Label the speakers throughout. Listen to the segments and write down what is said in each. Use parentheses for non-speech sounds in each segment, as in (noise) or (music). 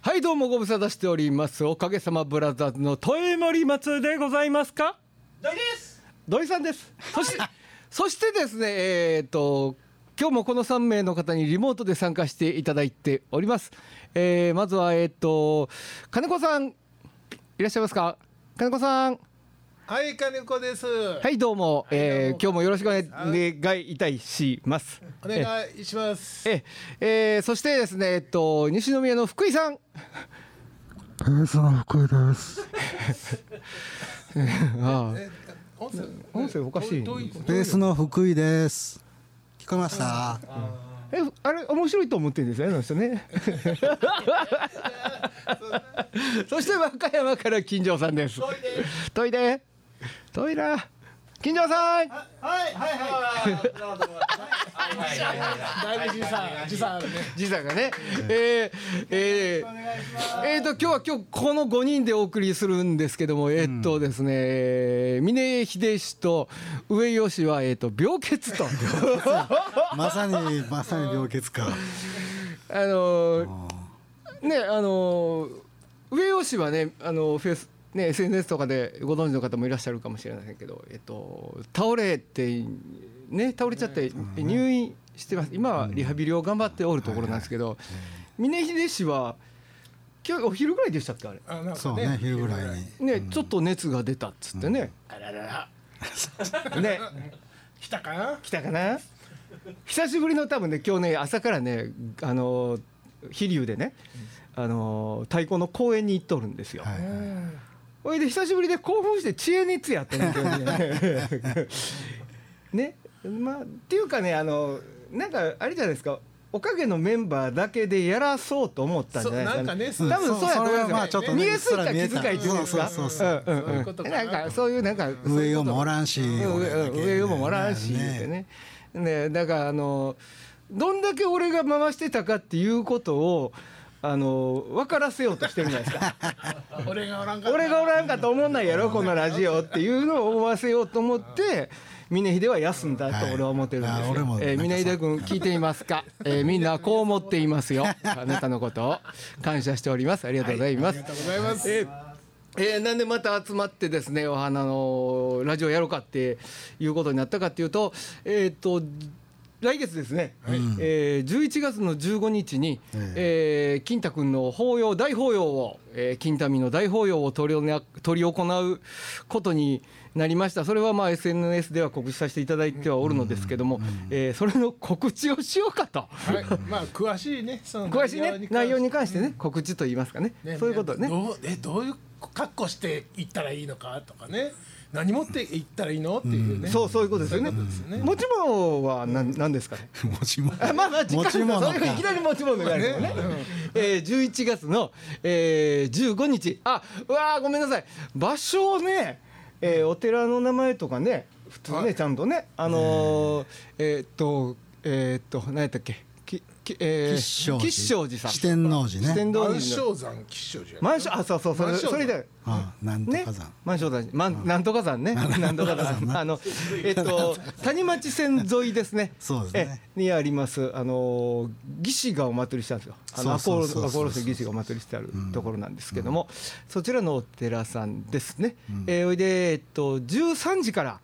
Speaker 1: はいどうもご無沙汰しておりますおかげさまブラザーズの豊森松でございますか
Speaker 2: 大です
Speaker 1: 土井さんですそしてそしてですねえー、っと今日もこの3名の方にリモートで参加していただいております、えー、まずはえー、っと金子さんいらっしゃいますか金子さん
Speaker 2: はい金子です
Speaker 1: はいいどうも、えー
Speaker 2: ど
Speaker 1: 今
Speaker 2: うも
Speaker 1: 日もよろしくお願いいたします
Speaker 2: お願いします
Speaker 1: ええーそしてですねえっと西宮の福井さん
Speaker 3: 大その福井です。
Speaker 1: (laughs) あ
Speaker 2: え音声
Speaker 1: 音声おかしい
Speaker 2: どうどう
Speaker 3: ベースの福井です。聞こえました。
Speaker 1: えあれ面白いと思ってるんですよねあの人 (laughs) ねそして和歌山から金城さんですトイレトイレ金城さん
Speaker 2: はいはいはいだいぶ時差時差あるね
Speaker 1: 時差がねえー、えーえーと今日は今日この5人でお送りするんですけどもえーっとですね、えー峰秀氏と上吉はえーっと病欠と
Speaker 3: まさにまさに病欠か。
Speaker 1: あのーねあのー上吉はねあのフェイスね SNS とかでご存知の方もいらっしゃるかもしれませんけどえっと倒れてね倒れちゃって入院してます今はリハビリを頑張っておるところなんですけど峰秀氏は今日お昼ぐらいでしたっけあれ
Speaker 2: あなんか
Speaker 3: そうね昼ぐらいに。
Speaker 1: ねちょっと熱が出たっつってね
Speaker 2: あらら
Speaker 1: (laughs)
Speaker 2: ら
Speaker 1: ね
Speaker 2: 来たかな
Speaker 1: 来たかな久しぶりの多分ね今日ね朝からねあの飛龍でねあの太鼓の公演に行っとるんですよ。
Speaker 3: はいはい
Speaker 1: ほ、いで久しぶりで興奮して知恵熱やったね今日
Speaker 3: (laughs)
Speaker 1: ね。ねまあっていうかねあのなんかあれじゃないですか。おかげのメンバーだけでやらそうと思ったんじゃないですか、
Speaker 2: そ
Speaker 1: 多分
Speaker 2: うなんかね
Speaker 1: そうやと思いますよ
Speaker 3: それはまあちょっとね
Speaker 1: 見えすぎた気遣いっていうんですか。
Speaker 3: そうそうそう
Speaker 1: うんうん
Speaker 2: そう
Speaker 1: う
Speaker 2: い
Speaker 1: ん
Speaker 2: うことか
Speaker 1: な
Speaker 2: な
Speaker 1: んかそういうなんか
Speaker 3: 上よもおらんし。俺だけ
Speaker 1: 上ももらうしって。ねねだからあのどんだけ俺が回してたかっていうことをあの分からせようとしてるじゃないですか
Speaker 2: 俺がおらんかった
Speaker 1: 俺がおらんかと思んないやろこのラジオっていうのを思わせようと思って峰秀は休んだと俺は思ってるんです
Speaker 3: はいあ俺
Speaker 1: よ
Speaker 3: も、
Speaker 1: えー
Speaker 3: なんかそう
Speaker 1: 峰秀君聞いていますか、えーみんなこう思っていますよあなたのことを感謝しておりますありがとうございます、
Speaker 2: ありがとうございます
Speaker 1: えーえーなんでまた集まってですねお花のラジオやろうかっていうことになったかっていうとえっ、と来月ですね、えー11月の15日に、えー金太君の法要大法要を、えー金民の大法要を執り行う執り行うことになりましたそれはまあ SNS では告知させていただいてはおるのですけども、えーそれの告知をしようかと。
Speaker 2: はいまあ詳しいねその
Speaker 1: 詳しいね内容に
Speaker 2: 関
Speaker 1: 関してね告知と言いますかね
Speaker 2: して
Speaker 1: そういうことね
Speaker 2: どうえどういう格好して行ったらいいのかとかね何持って行ったらいいのっていうね
Speaker 1: そうそういうことですよね。
Speaker 2: そういうことですよね
Speaker 1: 持ち物はなんなんですかね。
Speaker 3: 持ち物。
Speaker 1: あまあまあ時間
Speaker 3: 持ち物
Speaker 1: そ
Speaker 3: か
Speaker 1: れがいきなり持ち物になるからね。えー11月の、えー、15日あうわーごめんなさい場所をね、えーお寺の名前とかね普通ねちゃんとねあのーえーっとえーっと何やったっけききえー
Speaker 3: 吉祥寺。
Speaker 1: 吉祥寺さん
Speaker 3: 四天王寺
Speaker 1: 四天
Speaker 3: ね。
Speaker 1: 王
Speaker 2: 万
Speaker 1: 寺の
Speaker 2: 象山吉祥寺やな
Speaker 1: マンションあそうそうそれ
Speaker 2: 万象
Speaker 1: それだよ。
Speaker 3: あなんと
Speaker 1: ね
Speaker 3: か山。、
Speaker 1: マンション大臣、まん、なんとか山
Speaker 3: (laughs)
Speaker 1: ね、なんとか山、 (laughs) あの、えっと、谷町線沿いですね。
Speaker 3: そうですね
Speaker 1: え。にあります、あの、義士がお祭りしたんですよ。あの、アコ
Speaker 3: そうそう
Speaker 1: ー
Speaker 3: そうそう
Speaker 1: ル、アコールス義士がお祭りしてあるところなんですけども。そちらのお寺さんですね。えー、おいで、えっと、13時から、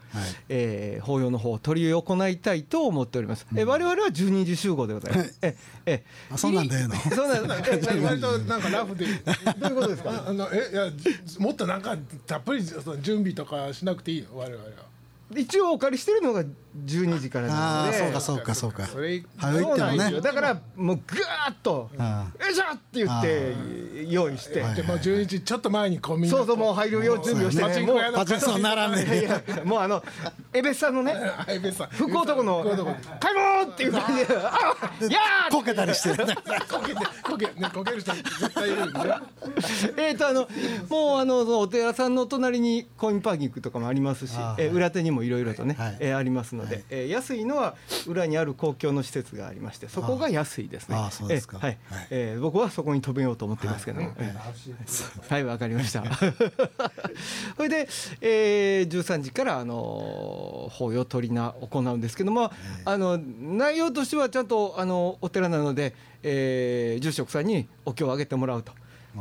Speaker 1: えー法要の方を取り行いたいと思っております。えー、我々は12時集合でございます。え、え、
Speaker 3: あそんなんでええの
Speaker 1: そうなん
Speaker 3: (laughs)
Speaker 1: で
Speaker 2: え割となんかラフで
Speaker 1: どういうことですか。
Speaker 2: ああのえいやじもっとなんかたっぷりその準備とかしなくていいの我々は
Speaker 1: 一応お借りしてるのが12時からな
Speaker 3: あ
Speaker 1: の
Speaker 3: あ
Speaker 1: で。
Speaker 3: そうかそうかそうか。
Speaker 2: それ
Speaker 3: 早い
Speaker 1: そ
Speaker 3: っ
Speaker 1: う
Speaker 3: て
Speaker 1: なん
Speaker 3: も
Speaker 1: ですよ
Speaker 3: ね。
Speaker 1: だからもうぐーっと「
Speaker 3: あ
Speaker 1: よいしょ!」って言って用意して、
Speaker 2: でもう12時ちょっと前にコンビニ
Speaker 1: そうそうもう入るよ準備をしてね
Speaker 2: パチンコ屋
Speaker 1: も
Speaker 2: の
Speaker 3: パチンコならんね
Speaker 1: い
Speaker 3: え。
Speaker 1: やもうあの江別さんのね
Speaker 2: 相部さん
Speaker 1: 福男の「買い物!」っていう感じで「あいやー!」
Speaker 3: こけたりして
Speaker 1: (laughs)
Speaker 3: る。
Speaker 2: こけてこけねこける人絶対いるんで
Speaker 1: えーとあのもうあのそのお寺さんの隣にコインパーキングとかもありますし、えー裏手にもいろいろとね、
Speaker 3: はい
Speaker 1: えーありますので、えー安いのは裏にある公共の施設がありましてそこが安いですね。
Speaker 3: あーそうですか
Speaker 1: えーはい
Speaker 3: はい
Speaker 1: えー僕はそこに飛べようと思ってますけどね。えー (laughs) はいわ、かりました。それで、えー、13時からあの法要取りな行うんですけども、あの内容としてはちゃんとあのお寺なので、えー、住職さんにお経をあげてもらうと。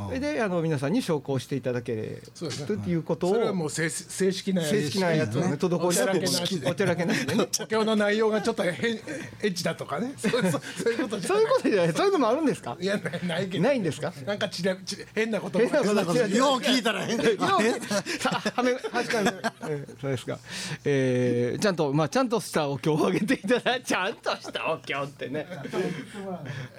Speaker 1: それであの皆さんに証拠をしていただける
Speaker 2: そうですね
Speaker 1: ということ
Speaker 2: それは
Speaker 1: を
Speaker 2: もう正正式な
Speaker 1: 正式なやつをね
Speaker 2: お
Speaker 1: 滞
Speaker 2: ちゃらけ
Speaker 1: り
Speaker 2: な
Speaker 1: な
Speaker 2: や
Speaker 1: く
Speaker 2: つ
Speaker 1: おちゃらけなくてね
Speaker 2: お経の内容がちょっと変エッチだとかねそうそうそういうことじゃ
Speaker 1: そう
Speaker 2: ない
Speaker 1: いうことじゃないそういうのもあるんですか
Speaker 2: いやないないけど
Speaker 1: ないんですか
Speaker 2: なんかちらちら変なこと
Speaker 1: 変なこと
Speaker 3: なんかよう聞いたら変だ
Speaker 1: ようさはめはじかめえーそうですか、えー、ちゃんとまあちゃんとしたお経をあげていただ (laughs) ちゃんとしたお経ってね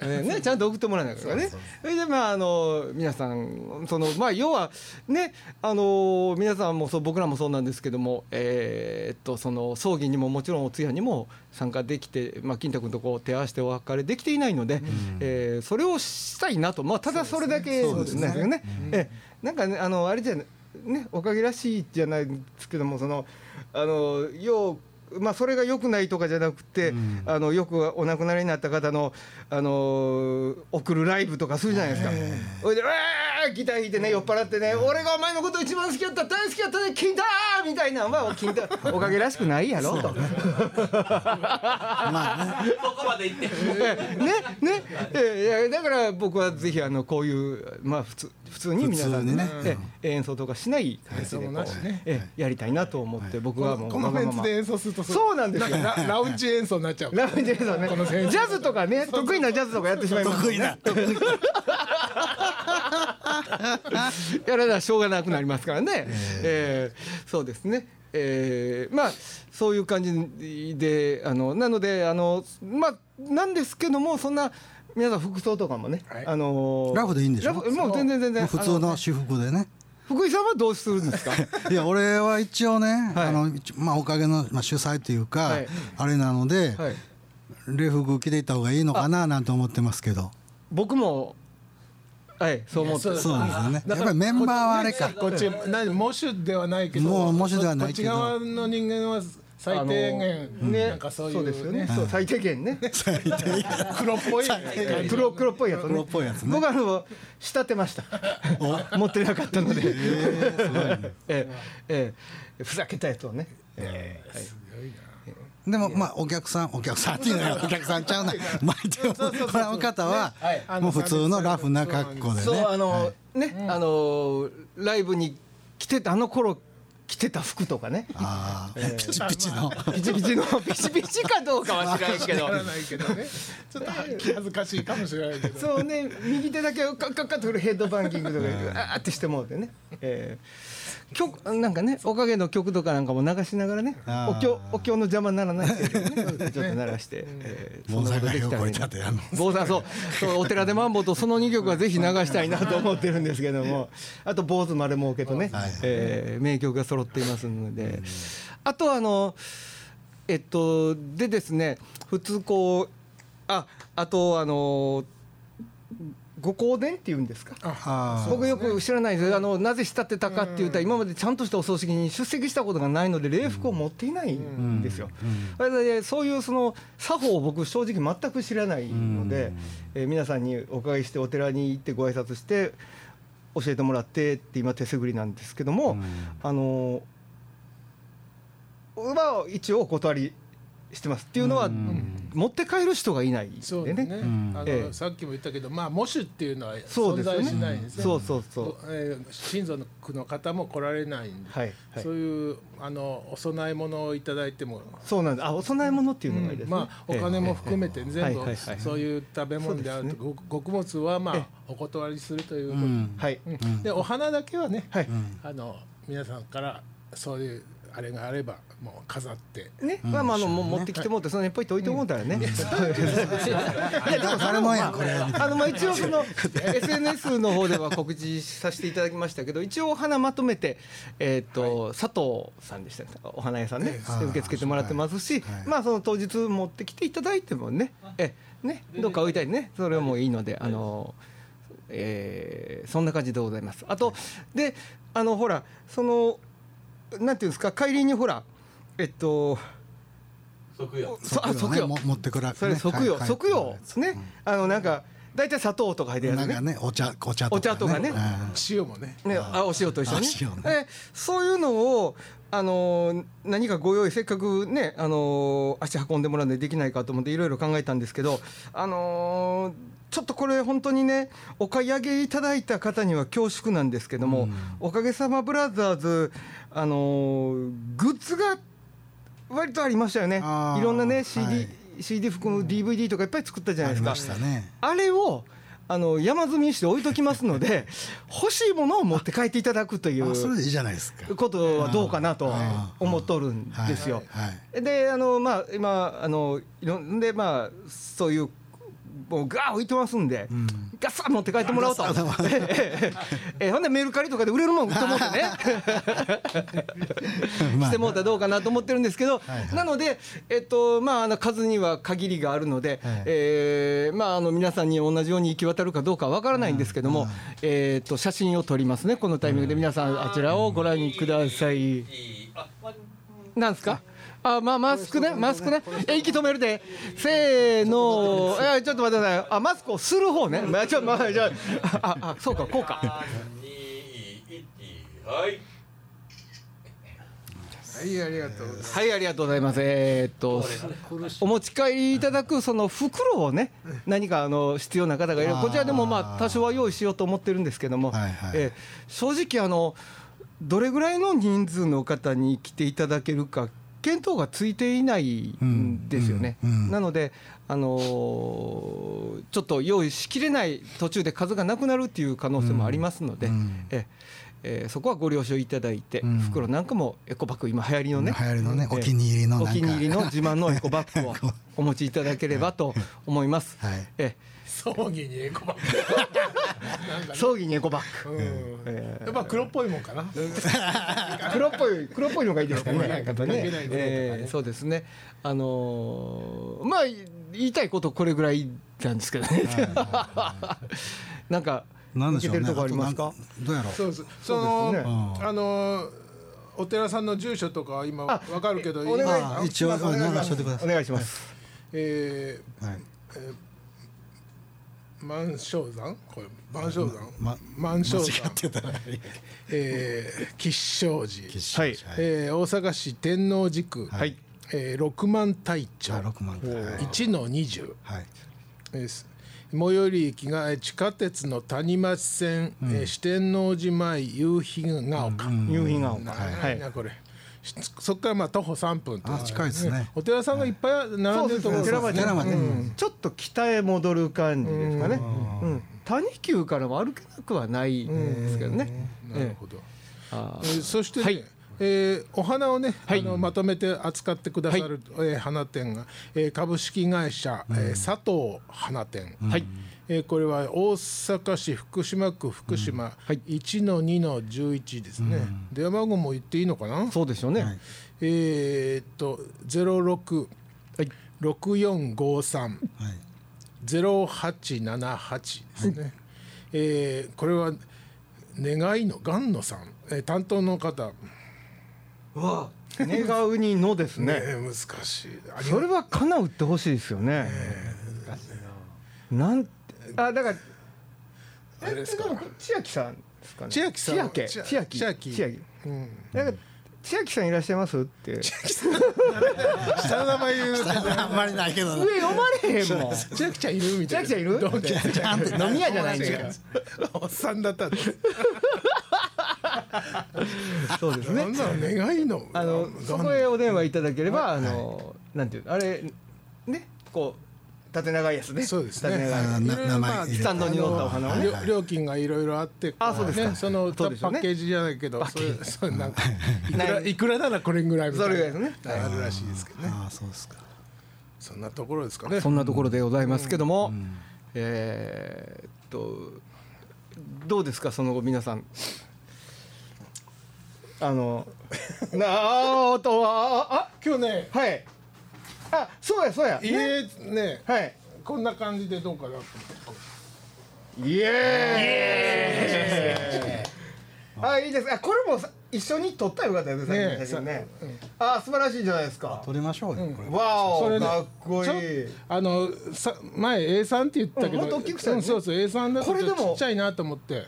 Speaker 1: えーねちゃんと送ってもらえないからねそれでまああの皆さんそのまあ要はねあの皆さんもそう僕らもそうなんですけどもえーっとその葬儀にももちろんお通夜にも参加できてまあ金太君とこう手合わせてお別れできていないので、えーそれをしたいなとまあただそれだけなんですよね。ええなんかねあのあれじゃねおかげらしいじゃないですけどもそのあのようまあそれが良くないとかじゃなくて、あのよくお亡くなりになった方のあの送るライブとかするじゃないですか。それでうわーギター弾いてね酔っ払ってね、俺がお前のこと一番好きやった大好きやったね金太ーみたいなのは金太おかげらしくないやろと。
Speaker 3: まあね
Speaker 4: こまで行って
Speaker 1: ねね、ええいやだから僕はぜひあのこういうまあ普通普通に皆さんでね
Speaker 3: 普通に
Speaker 1: ええ演奏とかしない形でこ
Speaker 2: 演
Speaker 1: う、
Speaker 2: 奏なしね
Speaker 1: ええやりたいなと思って、僕はもう
Speaker 2: この
Speaker 1: わが
Speaker 2: メン
Speaker 1: ま
Speaker 2: ツ
Speaker 1: ま
Speaker 2: で演奏すると
Speaker 1: そうなんですよ
Speaker 2: ララウンジ演奏になっちゃう
Speaker 1: ラブジェイソン
Speaker 2: この先
Speaker 1: ね
Speaker 2: 生
Speaker 1: ジャズとかね得意なジャズとかやってしまいます
Speaker 3: 得意だ
Speaker 1: やらなしょうがなくなりますからね、えーそうですね、えーまあそういう感じであのなのであのまあなんですけどもそんな皆さん服装とかもね、
Speaker 2: はい
Speaker 1: あのー
Speaker 3: ラフでいいんでしょ
Speaker 1: ラフもう全然全然
Speaker 3: 普通の私服でね
Speaker 1: 福井さんはどうするんです
Speaker 3: (laughs)
Speaker 1: か
Speaker 3: いや俺は一応ね、
Speaker 1: はい
Speaker 3: あの一まあ、おかげの、まあ、主催というか、
Speaker 1: はい
Speaker 3: あれなので、
Speaker 1: はい
Speaker 3: 礼服着ていった方がいいのかななんて思ってますけど
Speaker 1: 僕もはいそう思って
Speaker 2: いや
Speaker 3: そうなんですよねやっぱりメンバーはあれか
Speaker 2: こっち何喪主ではないけど
Speaker 3: もう喪主ではないけど
Speaker 2: こっち側の人間は最低限なんかそういう
Speaker 1: そうですよね、
Speaker 2: ね
Speaker 1: そう最低限ね
Speaker 2: 黒っぽい
Speaker 1: 黒黒っぽいやつね
Speaker 3: 黒っぽいやつね
Speaker 1: 僕はあの仕立てました持ってなかったので、 (laughs) えええふざけたやつをね、ええはい
Speaker 3: でもまあお客さんお客さんっていうのはお客さんちゃうなまあでもこの方は
Speaker 2: はいあの
Speaker 3: もう普通のラフな格好で
Speaker 1: そう
Speaker 3: ね
Speaker 1: あの、ね、あのライブに来てたあの頃着てた服とかね
Speaker 3: ああピチピチ
Speaker 1: (laughs)
Speaker 3: の
Speaker 1: ピチピチのピチピチかどうかは知らんけど
Speaker 2: わからないけど
Speaker 1: (laughs)
Speaker 2: ねちょっと恥ずかしいかもしれないけど
Speaker 1: そうね、右手だけカッカッカッと振るヘッドバンキングとかあーってしてもうてね、えー、曲なんかねおかげの曲とかなんかも流しながらね
Speaker 3: あー
Speaker 1: お経お経の邪魔にならないようにねちょっと鳴らして、えー、
Speaker 3: 盆栽が
Speaker 1: で
Speaker 3: よ
Speaker 1: き
Speaker 3: これちゃ
Speaker 1: ら
Speaker 3: っ
Speaker 1: ね
Speaker 3: てやんの
Speaker 1: 坊さんそうそうお寺でマンボウとその2曲はぜひ流したいなと思ってるんですけどもあと坊主丸儲けとね、
Speaker 3: はい
Speaker 1: えー名曲が揃っていますのであとあのえっとでですね普通こうああとあのご香典っていうんですか
Speaker 3: あ
Speaker 1: 僕よく知らないですあのなぜ慕ってたかっていうと今までちゃんとしたお葬式に出席したことがないので礼服を持っていないんですよ。それでそういうその作法を僕正直全く知らないので、えー皆さんにお伺いしてお寺に行ってご挨拶して教えてもらってって今手探りなんですけども、あのまあ一応お断りしてますっていうのは、持って帰る人がいないん
Speaker 2: そう
Speaker 1: で
Speaker 2: です
Speaker 1: ね。
Speaker 2: ねあ
Speaker 1: ええ
Speaker 2: のさっきも言ったけどまあ喪主っていうのは
Speaker 1: そう
Speaker 2: 存
Speaker 1: ですよ
Speaker 2: 在
Speaker 1: ね
Speaker 2: しないんですね
Speaker 1: そうそうそう。
Speaker 2: えー親族の方も来られないんで
Speaker 1: はいはい
Speaker 2: そういうあのお供え物をいただいても
Speaker 1: そうなんです。あ、お供え物っていうのがいいですね。
Speaker 2: まあお金も含めて
Speaker 1: は
Speaker 2: 全
Speaker 1: いはい
Speaker 2: 部
Speaker 1: はい
Speaker 2: そういう食べ物であるとご穀物はまあお断りするというこ
Speaker 3: う
Speaker 2: と
Speaker 3: ん
Speaker 1: はい。
Speaker 2: うんでお花だけはね
Speaker 1: はい。
Speaker 2: あの皆さんからそういうあれがあればもう飾って
Speaker 1: ね、まあまああのもう持ってきてもらってその辺ポイって置いてもうたらね。いやでも
Speaker 3: 誰もやんこ
Speaker 1: (laughs)
Speaker 3: れ
Speaker 1: あのまあ一応その SNS の方では告知させていただきましたけど一応お花まとめてえっと佐藤さんでしたねお花屋さんね
Speaker 3: はい
Speaker 1: 受け付けてもらってますし
Speaker 3: はい
Speaker 1: まあその当日持ってきていただいてもねえねどっか置いたりねそれはもういいのであのえーそんな感じでございます。あとであのほらそのなんていうんですか帰りにほらえっと
Speaker 4: 即よ
Speaker 1: そあ
Speaker 3: 即
Speaker 1: 即
Speaker 3: 用ね
Speaker 1: 用
Speaker 3: も持ってくら
Speaker 1: それ即用
Speaker 3: はい
Speaker 1: 即用ねあのなんか大体砂糖とか入ってる
Speaker 3: な
Speaker 1: やつ
Speaker 3: ん
Speaker 1: ね
Speaker 3: かねお茶お茶とかね
Speaker 1: お茶とかね
Speaker 3: うん
Speaker 2: 塩もね
Speaker 1: ねあお塩と一緒に
Speaker 3: あ塩
Speaker 1: えそういうのをあのー何かご用意せっかくねあのー足運んでもらうんでできないかと思っていろいろ考えたんですけどあのーちょっとこれ本当にねお買い上げいただいた方には恐縮なんですけども、おかげさまブラザーズあのーグッズが割とありましたよね
Speaker 3: あー
Speaker 1: いろんなね CD,、
Speaker 3: はい
Speaker 1: CD 含む DVD とかいっぱい作ったじゃない
Speaker 3: あ
Speaker 1: で
Speaker 3: り
Speaker 1: すか
Speaker 3: ましたね
Speaker 1: あれをあの山積みにして置いときますので (laughs) 欲しいものを持って帰っていただくとい
Speaker 3: あそれ
Speaker 1: う
Speaker 3: でいいじゃないですか
Speaker 1: ことはどうかなと
Speaker 3: あー
Speaker 1: 思っとるん
Speaker 3: はい
Speaker 1: ですよ。
Speaker 3: はい
Speaker 1: であのまあ今あのいろんでまあそういうもうガー置いてますんで、ガサッ持って帰ってもらおうと (laughs) えええほんでメルカリとかで売れるもん売ってもうてね
Speaker 3: (laughs) ま
Speaker 1: し
Speaker 3: あ
Speaker 1: てもうたらどうかなと思ってるんですけど、
Speaker 3: いはい
Speaker 1: なので、えっとまあ、あの数には限りがあるので、
Speaker 3: はい
Speaker 1: えーまあ、あの皆さんに同じように行き渡るかどうかわからないんですけども、えっと写真を撮りますねこのタイミングで皆さんあちらをご覧ください。
Speaker 4: あ、ま
Speaker 1: なんすか。あ、まあ、マスクね、マスクね、え、息止めるで。せーの、え、ちょっと待ってください。あ、マスクをする方ね。まあ、ちょ、まあ、じゃあ、あ、あ、そうか、こうか。
Speaker 4: 三二一はい。
Speaker 2: はい、ありがとうございます。
Speaker 1: はい、ありがとうございます。えーっと。お持ち帰りいただくその袋をね、何かあの必要な方がいる、
Speaker 3: あー
Speaker 1: こちらでもまあ多少は用意しようと思ってるんですけども、
Speaker 3: はいはい
Speaker 1: えー正直あの、どれぐらいの人数の方に来ていただけるか、検討がついていないんですよね。
Speaker 3: うんうんうん
Speaker 1: なので、あのーちょっと用意しきれない途中で数がなくなるっていう可能性もありますので、
Speaker 3: うん
Speaker 1: えーえーそこはご了承いただいて、
Speaker 3: ん
Speaker 1: 袋なんかもエコバッグ今流行りのね
Speaker 3: 流行りのね
Speaker 1: えー
Speaker 3: お気に入りのなん
Speaker 1: お
Speaker 3: か
Speaker 1: 気に入りの自慢のエコバッグをお持ちいただければ
Speaker 3: (laughs)
Speaker 1: と思います。
Speaker 3: はい
Speaker 1: え
Speaker 2: 葬儀にエコバッ
Speaker 1: え葬儀にエコバッ
Speaker 2: グ。うん
Speaker 1: え
Speaker 2: やっぱ黒っぽいもんかな。
Speaker 1: グ。黒っぽい黒っぽいのがいいですか
Speaker 2: 黒っ
Speaker 1: ね。
Speaker 2: ぽい
Speaker 1: なんかね
Speaker 2: 黒っぽいのがいいですね
Speaker 1: ええそうですね。あのーまあ言いたいことこれぐらいなんですけどね。 (laughs) なんか
Speaker 3: なんで
Speaker 1: 受
Speaker 3: し
Speaker 1: けて
Speaker 3: ょう
Speaker 1: ると
Speaker 3: ね
Speaker 1: こありますか
Speaker 3: あと。なんどうやろう
Speaker 2: そうです。その、
Speaker 1: そうです
Speaker 3: ね
Speaker 2: あのーお寺さんの住所とかは今わかるけど、
Speaker 1: お願い
Speaker 2: 今
Speaker 3: あ一応
Speaker 2: 今
Speaker 3: 流しといてくだ
Speaker 1: お
Speaker 3: さい
Speaker 1: 願いします。
Speaker 2: え
Speaker 3: はい
Speaker 2: ー、万象山これ万象山、
Speaker 3: ま
Speaker 2: 万象
Speaker 3: 間違
Speaker 2: 山
Speaker 3: っ、てたら
Speaker 2: えー、吉祥寺、
Speaker 1: はい
Speaker 2: えー、大阪市天王寺区、
Speaker 1: は
Speaker 3: はいい。
Speaker 2: えー、六万隊長
Speaker 3: あ六万回はい
Speaker 2: 一の二十
Speaker 3: はい
Speaker 2: です。最寄り駅がえー地下鉄の谷町線、えー四天王寺前夕日が丘。
Speaker 1: 入品が
Speaker 2: 長い
Speaker 1: は
Speaker 2: なこれ、しそこからまあ徒歩3分と
Speaker 3: あ近いですね
Speaker 2: お寺さんがいっぱい並んでるとこ
Speaker 1: そうですね
Speaker 2: ろ
Speaker 1: 寺
Speaker 3: 寺まで
Speaker 1: い。ちょっと北へ戻る感じですかね。うん。谷急からも歩けなくはないですけどね。
Speaker 2: なるほど、
Speaker 1: あ
Speaker 2: えーそしてね、
Speaker 1: はい
Speaker 2: えーお花をね、あのまとめて扱ってくださる、えー花店が、えー株式会社、えー佐藤花店、
Speaker 1: えはい。
Speaker 2: えーこれは大阪市福島区福島
Speaker 1: はい
Speaker 2: 1の2の11ですね、電話番号も言っていいのかな、
Speaker 1: そうでしょうね。
Speaker 3: はい
Speaker 2: えーっと06
Speaker 1: はい
Speaker 2: 六四五三
Speaker 3: はい
Speaker 2: 0878ですね、えーこれは願いのがんのさん、えー担当の方、ね
Speaker 1: 願うにのですね。
Speaker 2: え難しいあり
Speaker 1: そ
Speaker 2: が
Speaker 1: れは叶うってほしいですよね。なんあだから
Speaker 2: あれですか
Speaker 1: えでも千秋さんですかね。
Speaker 2: 千秋さん
Speaker 1: 千秋
Speaker 2: 千
Speaker 1: 千秋
Speaker 2: 千秋
Speaker 1: 千秋。
Speaker 2: うん
Speaker 1: だから千秋さんいらっしゃいますって。
Speaker 2: 下の名前言うと
Speaker 3: あんまりないけどな
Speaker 1: 上読まれへん (laughs) もん。
Speaker 2: 千秋ちゃんいるみ
Speaker 1: 千
Speaker 2: たい
Speaker 1: 秋ち
Speaker 2: な
Speaker 1: ゃんいる？
Speaker 2: 同期
Speaker 1: 飲み屋じゃないんだから。
Speaker 2: おっさんだったんだ
Speaker 1: そうです
Speaker 2: な
Speaker 1: ね
Speaker 2: ん。だろう願いの
Speaker 1: あのそこへお電話いただければあのなんていうのあれねこう縦長いやつね。
Speaker 2: そうですね
Speaker 1: 縦長いやつ
Speaker 3: あな名前入れて
Speaker 1: スタンドに乗ったお花をね
Speaker 2: りょ料金がいろいろあって
Speaker 1: あそうですか
Speaker 2: ねその
Speaker 1: そ
Speaker 2: パ
Speaker 1: うでしょうね
Speaker 2: ッケージじゃないけどそれそれ
Speaker 1: (laughs)
Speaker 2: なんかいくら
Speaker 1: ない
Speaker 2: いくらならこれぐらいみたいな
Speaker 1: それぐらいですね
Speaker 2: あるらしいですけどね
Speaker 3: ああそうですか
Speaker 2: そんなところですかね
Speaker 1: そんなところでございますけども、えーっとどうですかその後皆さんあの (laughs) なああとはあ
Speaker 2: 今日ね
Speaker 1: あはいあそうやそうや、ね、
Speaker 2: 家ね
Speaker 1: はい
Speaker 2: こんな感じでどうかなと思
Speaker 1: イエーイあいいですあこれもさ一緒に撮ったらよかったですね
Speaker 2: ね
Speaker 1: 写真ねあ素晴らしいじゃないですか
Speaker 3: 取りましょうよこれ
Speaker 1: わ
Speaker 2: そ
Speaker 1: お
Speaker 2: れね
Speaker 1: かっこい
Speaker 2: って
Speaker 1: い
Speaker 2: あのさ前 A さんって言ったけ
Speaker 1: うんもっ
Speaker 2: ど
Speaker 1: と大きくしたらね
Speaker 2: うんそうそう A さんだ
Speaker 1: ことれ
Speaker 2: ち
Speaker 1: で
Speaker 2: ょっ
Speaker 1: も
Speaker 2: とちっちゃいなと思って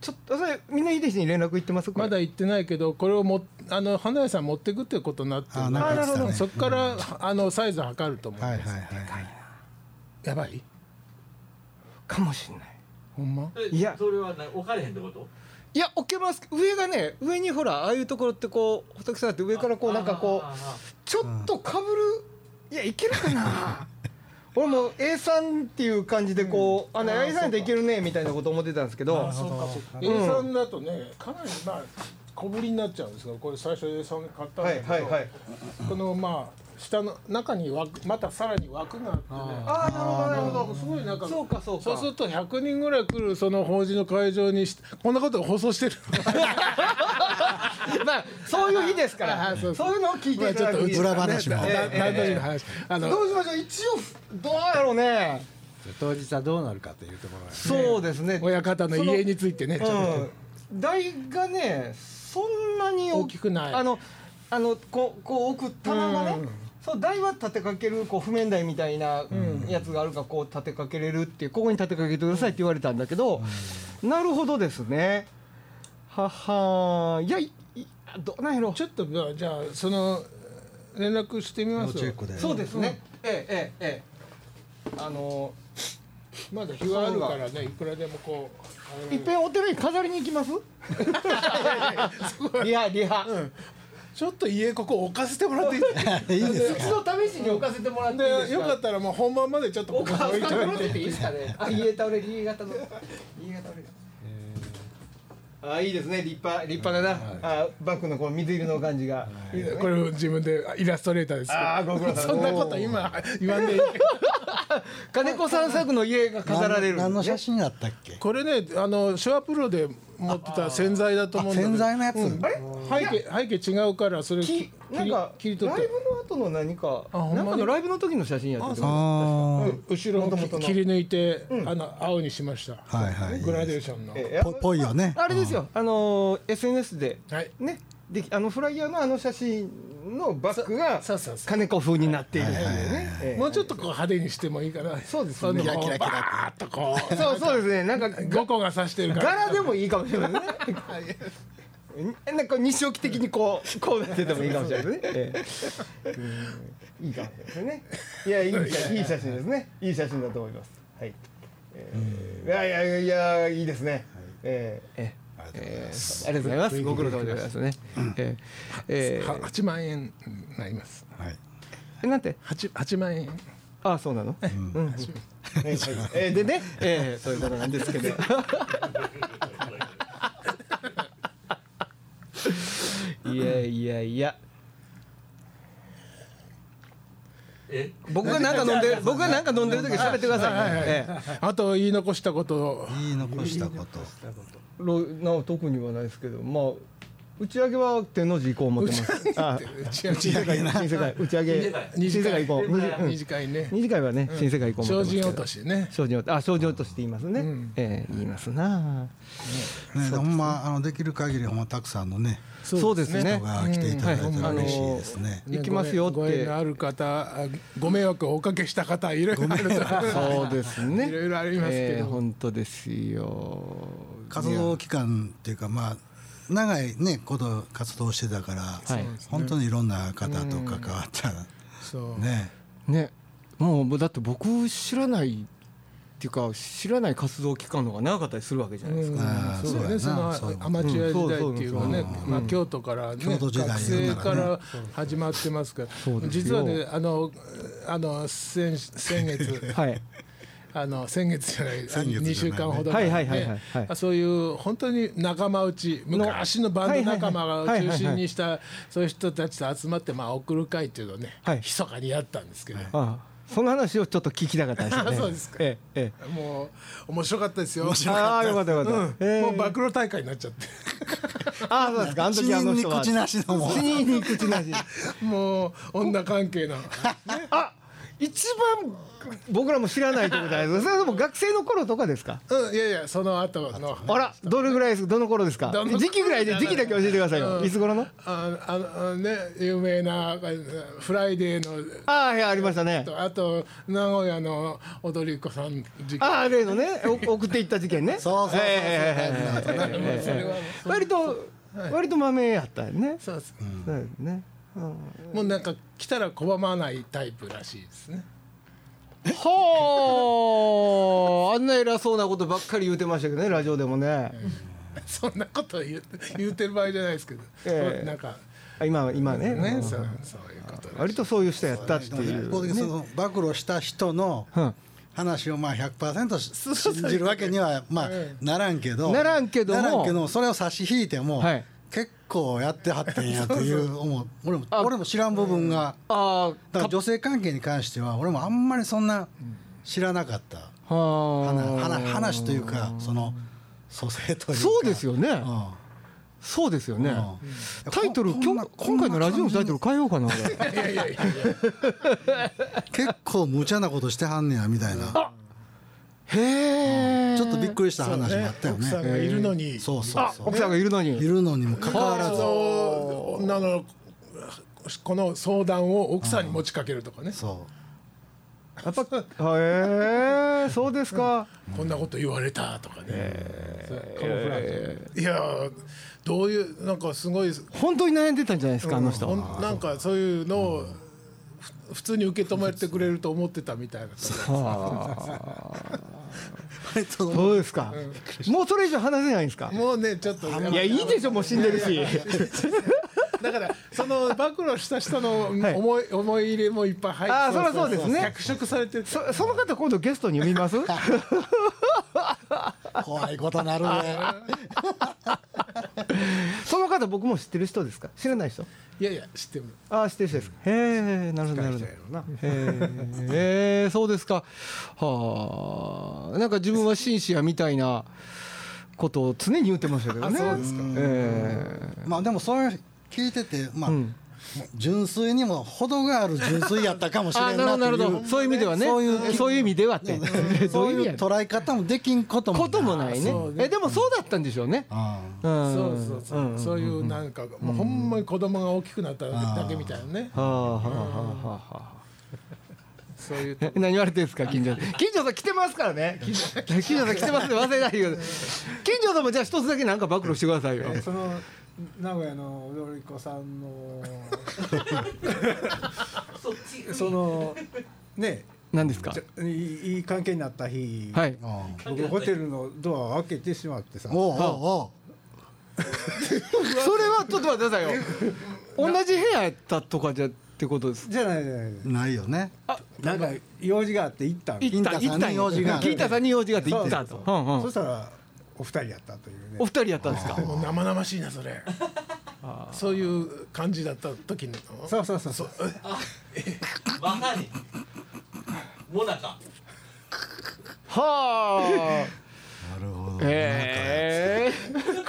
Speaker 1: ちょっとそれみんな秀氏に連絡行ってますこれ
Speaker 2: まだ行ってないけどこれをもあの花屋さん持ってくってことになって
Speaker 3: あなんか言ってたね
Speaker 2: うんそっからあのサイズ測ると思う
Speaker 3: はいはいはい
Speaker 2: やばい
Speaker 1: かもしれない
Speaker 2: ほんま
Speaker 4: え
Speaker 1: いや
Speaker 4: それはな置かれへんってこと
Speaker 1: いや置けます上がね上にほらああいうところってこう仏さんって上からこうなんかこう
Speaker 4: ああ
Speaker 1: ちょっとかぶるいやいけるかな (laughs) 俺も A さんっていう感じでこう、あの
Speaker 2: あー
Speaker 1: A さんでいけるねみたいなこと思ってたんですけど
Speaker 4: ああそうかそうか
Speaker 2: A さんだとねかなりまあ小ぶりになっちゃうんですけどこれ最初 A さんで買ったん
Speaker 1: は
Speaker 2: だ
Speaker 1: い
Speaker 2: けど、
Speaker 1: はいはい
Speaker 2: このまあ下の中に枠またさらに枠があってね
Speaker 1: ああなるほどなるほど
Speaker 2: すごいなんか
Speaker 1: そうかそうか
Speaker 2: そうすると100人ぐらい来るその法事の会場にしこんなことを放送してる
Speaker 3: (laughs)
Speaker 1: まあそういう日ですか
Speaker 2: あ
Speaker 1: ら
Speaker 2: あそうそう
Speaker 1: そういうのを聞いていただく日です
Speaker 3: 裏
Speaker 2: (laughs)
Speaker 3: 話も
Speaker 1: ええええ
Speaker 2: 何度の話あの
Speaker 1: どうしましょう一応どうやろうね
Speaker 5: 当日はどうなるかというところが
Speaker 1: そうですね
Speaker 2: 親方の家についてねちょっと、
Speaker 1: うん、台がねそんなに
Speaker 2: 大きくない
Speaker 1: あのあのこうこう置く棚がね、
Speaker 2: うん
Speaker 1: そう台は立てかけるこう譜面台みたいなやつがあるからこう立てかけれるっていうここに立てかけてくださいって言われたんだけど、なるほどですねははーいやいいどうなんやろ
Speaker 2: ちょっとまあじゃあその連絡してみますよ
Speaker 5: で
Speaker 1: そうですね、ええええええあの
Speaker 2: まだ日があるからねいくらでもこう
Speaker 1: いっぺんお寺に飾りに行き
Speaker 2: (laughs)
Speaker 1: ますリハリハ、
Speaker 2: ちょっと家ここ置かせても (laughs) らっていいですか
Speaker 3: いいです
Speaker 1: 一度試しに置かせてもらっていいです
Speaker 2: で
Speaker 1: か
Speaker 2: よかったらもう本番までちょっと
Speaker 1: お
Speaker 2: ここ
Speaker 1: 母さ
Speaker 2: 置
Speaker 1: ん
Speaker 2: いておい
Speaker 1: 来
Speaker 2: て
Speaker 1: てていいですかね。 (laughs) あ、家倒れ、新潟の。新潟あ、いいですね。立派、立派だな。あ、バッグのこの水色の感じが。いいですね
Speaker 2: これ自分でイラストレーターです
Speaker 1: あーご苦労
Speaker 2: け
Speaker 1: 様
Speaker 2: どそんなこと今言わんでいい
Speaker 1: 金子さん作の家が飾られるんで
Speaker 3: 何の
Speaker 1: すね。
Speaker 3: 写真だったっけ
Speaker 2: これねあのシュワプロで持ってた洗剤だと思うんだけ
Speaker 3: 潜
Speaker 2: ど
Speaker 3: 在のやつ、
Speaker 1: あれ
Speaker 2: 背景背景違うからそれ
Speaker 1: き
Speaker 2: き
Speaker 1: なんか
Speaker 2: 切
Speaker 1: ラ
Speaker 2: り
Speaker 1: イブ
Speaker 2: 取
Speaker 1: の
Speaker 2: って
Speaker 1: 後の何か
Speaker 2: あほんま
Speaker 1: な
Speaker 2: に
Speaker 1: んかのライブの時の写真やってた
Speaker 3: あ
Speaker 2: う後ろを
Speaker 1: 元々の
Speaker 2: 切り抜いて、あの青にしました、
Speaker 3: あはいはい
Speaker 2: グラデーションの、
Speaker 1: ええ
Speaker 3: っぽぽいよね
Speaker 1: ああれですよあの SNS で
Speaker 2: はい
Speaker 1: ねであのフライヤーのあの写真のバッグが
Speaker 2: そうそうそう
Speaker 1: 金子風になっているっていうねええ
Speaker 2: (laughs) もうちょっとこう派手にしてもいいかな
Speaker 1: そうですね
Speaker 2: そんな
Speaker 1: キ
Speaker 3: ラキラキラ
Speaker 2: バーッとこう
Speaker 1: そうそうですねなん (laughs) か
Speaker 2: 5個が刺してるから
Speaker 1: 柄でもいいかもしれないですね。なんか日照期的にこうこうなっててもいいかもしれないですね。ええうんいいかもしれないですね。いやいい写いい写真ですね。いい写真だと思います。はい。えーいやいやいやいいですね。えーえーえーありがとうございます。ご苦労様でございますね。えーえ
Speaker 2: は8万円になります
Speaker 3: はい
Speaker 1: ーなんて
Speaker 2: 8, 8万円
Speaker 1: ああそうなの。うん。はいえーでね、えーそういうことなんですけど。いやいやいや。
Speaker 4: え
Speaker 1: 僕がなんか飲んでる、僕がなんか飲んでる時に喋ってくださいね。ええ
Speaker 2: あと言い残したこと
Speaker 1: (laughs)
Speaker 2: を
Speaker 3: 言い残したこと
Speaker 1: ろな特にはないですけど、まあ打ち上げは天王寺行こう思ってます。あ、
Speaker 2: 違う
Speaker 1: 新世界新世界打ち上げ新
Speaker 2: 二次
Speaker 1: 世界
Speaker 2: 会
Speaker 1: 行こう。うん
Speaker 2: 二次会ね
Speaker 1: 二次会はね新世界行こう思
Speaker 2: 精
Speaker 1: ってますけ
Speaker 2: 進
Speaker 1: ど。
Speaker 2: 落としね
Speaker 1: 精進落とし。あ精進落としって言いますね。ええ言いますな。
Speaker 3: ねほんまあのできる限りほんまたくさんのね
Speaker 1: そうですね
Speaker 3: 人。が来ていただいたら
Speaker 1: うんはい
Speaker 3: 嬉しいですね、
Speaker 1: 行きますよっ
Speaker 2: ご縁ご縁
Speaker 1: て
Speaker 2: の。ある方あご迷惑をおかけした方いろいろあると
Speaker 1: そうですね。
Speaker 2: いろいろありますけど
Speaker 1: ええ本当ですよ。
Speaker 3: 活動期間っていうかまあ長いねこと活動してたから、
Speaker 1: い
Speaker 3: 本当にいろんな方と関わった
Speaker 2: (laughs) そう
Speaker 3: ね
Speaker 1: ねもうもうだって僕知らないっていうか知らない活動期間の方が長かったりするわけじゃないですか、
Speaker 3: あー
Speaker 2: そうだね、
Speaker 3: そ
Speaker 2: そう
Speaker 3: やな
Speaker 2: の
Speaker 3: そういうこと
Speaker 2: アマチュア時代っていうかね
Speaker 1: うんそうそう、そう
Speaker 2: まあ京都からね、
Speaker 3: 京都
Speaker 2: 学
Speaker 3: 時代だからね
Speaker 2: 生から始まってますから
Speaker 1: そうで、すよ。
Speaker 2: 実はね、あの、あの、先、先月 (laughs)
Speaker 1: はい
Speaker 2: あの先月じゃない
Speaker 3: 先月じゃない
Speaker 2: 2週間ほど
Speaker 1: はい
Speaker 2: 前
Speaker 1: はいは
Speaker 2: ね
Speaker 1: いはいはい
Speaker 2: あそういう本当に仲間内昔のバンド仲間を
Speaker 1: はいはいはい
Speaker 2: 中心にしたそういう人たちと集まってまあ送る会っていうのをね
Speaker 1: はい
Speaker 2: 密かにやったんですけど
Speaker 1: ああその話をちょっと聞きたかったですよね
Speaker 2: (laughs) そうですか
Speaker 1: えええ
Speaker 2: もう面白かったですよ
Speaker 1: え、ああよかったよかった、ええ
Speaker 2: もう暴露大会になっちゃって
Speaker 1: ああそうですかあの
Speaker 3: 死
Speaker 1: 時あ
Speaker 3: 人
Speaker 1: の
Speaker 3: に
Speaker 1: 人は
Speaker 3: 口なしのも
Speaker 1: 死人に口なし
Speaker 2: もう女関係の
Speaker 1: あ一番僕らも知らないとこじゃないですかそれでも学生の頃とかですか
Speaker 2: (laughs) うんいやいやその後の
Speaker 1: あらどれぐらいですどの頃ですか
Speaker 2: どの頃
Speaker 1: 時期ぐらいで時期だけ教えてくださいよ、
Speaker 2: うん
Speaker 1: いつ頃の
Speaker 2: ああのあのね有名なあ「フライデーの」
Speaker 1: ああいやありましたね
Speaker 2: とあと名古屋の踊り子さん時期
Speaker 1: ああ例のねお送っていった事件ね
Speaker 3: そうそうそうそ
Speaker 1: えええ
Speaker 3: う
Speaker 1: えええええええ
Speaker 2: それは
Speaker 1: 割と割と豆やったよね
Speaker 2: そうです
Speaker 1: そうですね
Speaker 2: もうなんか来たら拒まないタイプらしいですね
Speaker 1: はああんな偉そうなことばっかり言うてましたけどねラジオでもね
Speaker 2: そんなこと言う言うてる場合じゃないですけど、
Speaker 1: ええ
Speaker 2: なんか
Speaker 1: あ今今ね
Speaker 2: ね、そうそういうことで
Speaker 1: 割とそういう人やったって
Speaker 3: でも
Speaker 1: い
Speaker 3: 一方
Speaker 1: う
Speaker 3: 的にその暴露した人の
Speaker 1: うん
Speaker 3: 話をまあ100%信じるわ
Speaker 1: (laughs)
Speaker 3: けにはまあならんけど
Speaker 1: ならんけども
Speaker 3: ならんけどそれを差し引いても
Speaker 1: はい
Speaker 3: 結構やってはってんやという思う俺も
Speaker 1: あ
Speaker 3: 俺も知らん部分が
Speaker 1: あ
Speaker 3: だ
Speaker 1: あ
Speaker 3: から女性関係に関しては俺もあんまりそんな知らなかった話話話というかその蘇生というか
Speaker 1: そうですよね
Speaker 3: うん
Speaker 1: そうですよね
Speaker 3: うん
Speaker 1: タイトル
Speaker 3: こん
Speaker 1: 今
Speaker 3: な
Speaker 1: 日今回のラジオのタイトル変えようかな俺
Speaker 3: 結構無茶なことしてはんねやみたいな
Speaker 1: へえ
Speaker 3: ちょっとびっくりした話もあったよ
Speaker 2: 奥さん
Speaker 3: ね
Speaker 2: がいるのに、
Speaker 3: そうそうそう
Speaker 1: 奥さんがいるの
Speaker 3: い
Speaker 1: に
Speaker 3: るのにもかかわらず
Speaker 2: そう女のこの相談を奥さんに持ちかけるとかね、
Speaker 3: そう
Speaker 1: やっぱへえそうですか
Speaker 2: こんなこと言われたとかね、
Speaker 5: カモフラージュ
Speaker 2: いやーどういうなんかすごい
Speaker 1: 本当に悩んでたんじゃないですかあの人
Speaker 2: ほんなんかそういうのをふ普通に受け止めてくれると思ってたみたいな
Speaker 3: 割と
Speaker 1: そうですかもうそれ以上話せないんですか
Speaker 2: もうねちょっと
Speaker 1: いやいいでしょもう死んでるし
Speaker 2: だからその暴露した人の
Speaker 1: はい
Speaker 2: 思い思い入れもいっぱい入って
Speaker 1: あーそりゃそうですね
Speaker 2: 脚色されてる
Speaker 1: そその方今度ゲストに呼びます
Speaker 2: (laughs)
Speaker 3: 怖いことなるね。
Speaker 1: その方僕も知ってる人ですか知らない人
Speaker 2: いやいや知ってる
Speaker 1: ああ知ってる人ですかへえなるほどなるほどへえへえそうですかはあなんか自分は紳士やみたいなことを常に言ってましたけどね
Speaker 2: あそうですか
Speaker 1: え
Speaker 3: まあでもそれ聞いててまあ、
Speaker 1: ん
Speaker 3: 純粋にも程がある純粋やったかも
Speaker 1: え
Speaker 3: し
Speaker 1: あ
Speaker 3: れ
Speaker 1: あ
Speaker 3: ん
Speaker 1: なるほ
Speaker 3: な
Speaker 1: どなる
Speaker 3: と
Speaker 1: ほ
Speaker 3: い
Speaker 1: どそういう意味ではね
Speaker 3: そういう
Speaker 1: そういう意味ではって (laughs) ど
Speaker 3: そうう
Speaker 1: いう意味
Speaker 3: い
Speaker 1: や
Speaker 3: う
Speaker 1: ろ
Speaker 3: 捉え方もできんこともない
Speaker 1: こともないね
Speaker 2: そうね
Speaker 1: えでもそうだったんでしょうね
Speaker 3: あ
Speaker 1: う
Speaker 2: そ
Speaker 1: ん
Speaker 2: うそうそう、
Speaker 1: ん
Speaker 2: そういうなんかもうほんまに子供が大きくなっただけみたいなね
Speaker 1: はあはあはあはあはあ
Speaker 2: そういう
Speaker 1: え何言われてるんですか金城さん金城さん来てますからね金城さん来てますね忘れないよ金城さんもじゃあ一つだけなんか暴露してくださいよ
Speaker 5: その名古屋の踊り子さんの
Speaker 4: そっち
Speaker 5: そのね
Speaker 1: 何ですか
Speaker 5: ちょいいいい関係になった日、
Speaker 1: はい
Speaker 3: あうん
Speaker 5: 僕ホテルのドアを開けてしまってさ
Speaker 3: おうおう
Speaker 1: それはちょっと待ってくださいよ同じ部屋やったとかじゃってことです
Speaker 5: じゃないじゃない
Speaker 3: おうないよね
Speaker 5: なんか用事があって行ったの
Speaker 1: 行った
Speaker 3: 金
Speaker 1: 行っ
Speaker 3: 太
Speaker 1: た
Speaker 3: さんに用事がある
Speaker 1: 金太さんに用事があって行った
Speaker 5: そう
Speaker 1: と
Speaker 5: そううん
Speaker 1: うん
Speaker 5: そしたらお二人やったというね
Speaker 1: お二人やったんですか
Speaker 2: もう生々しいなそれそういう感じだった時の
Speaker 5: そうそうそうそう
Speaker 4: まさにモナカ
Speaker 1: はあ
Speaker 3: なるほど、
Speaker 1: ええ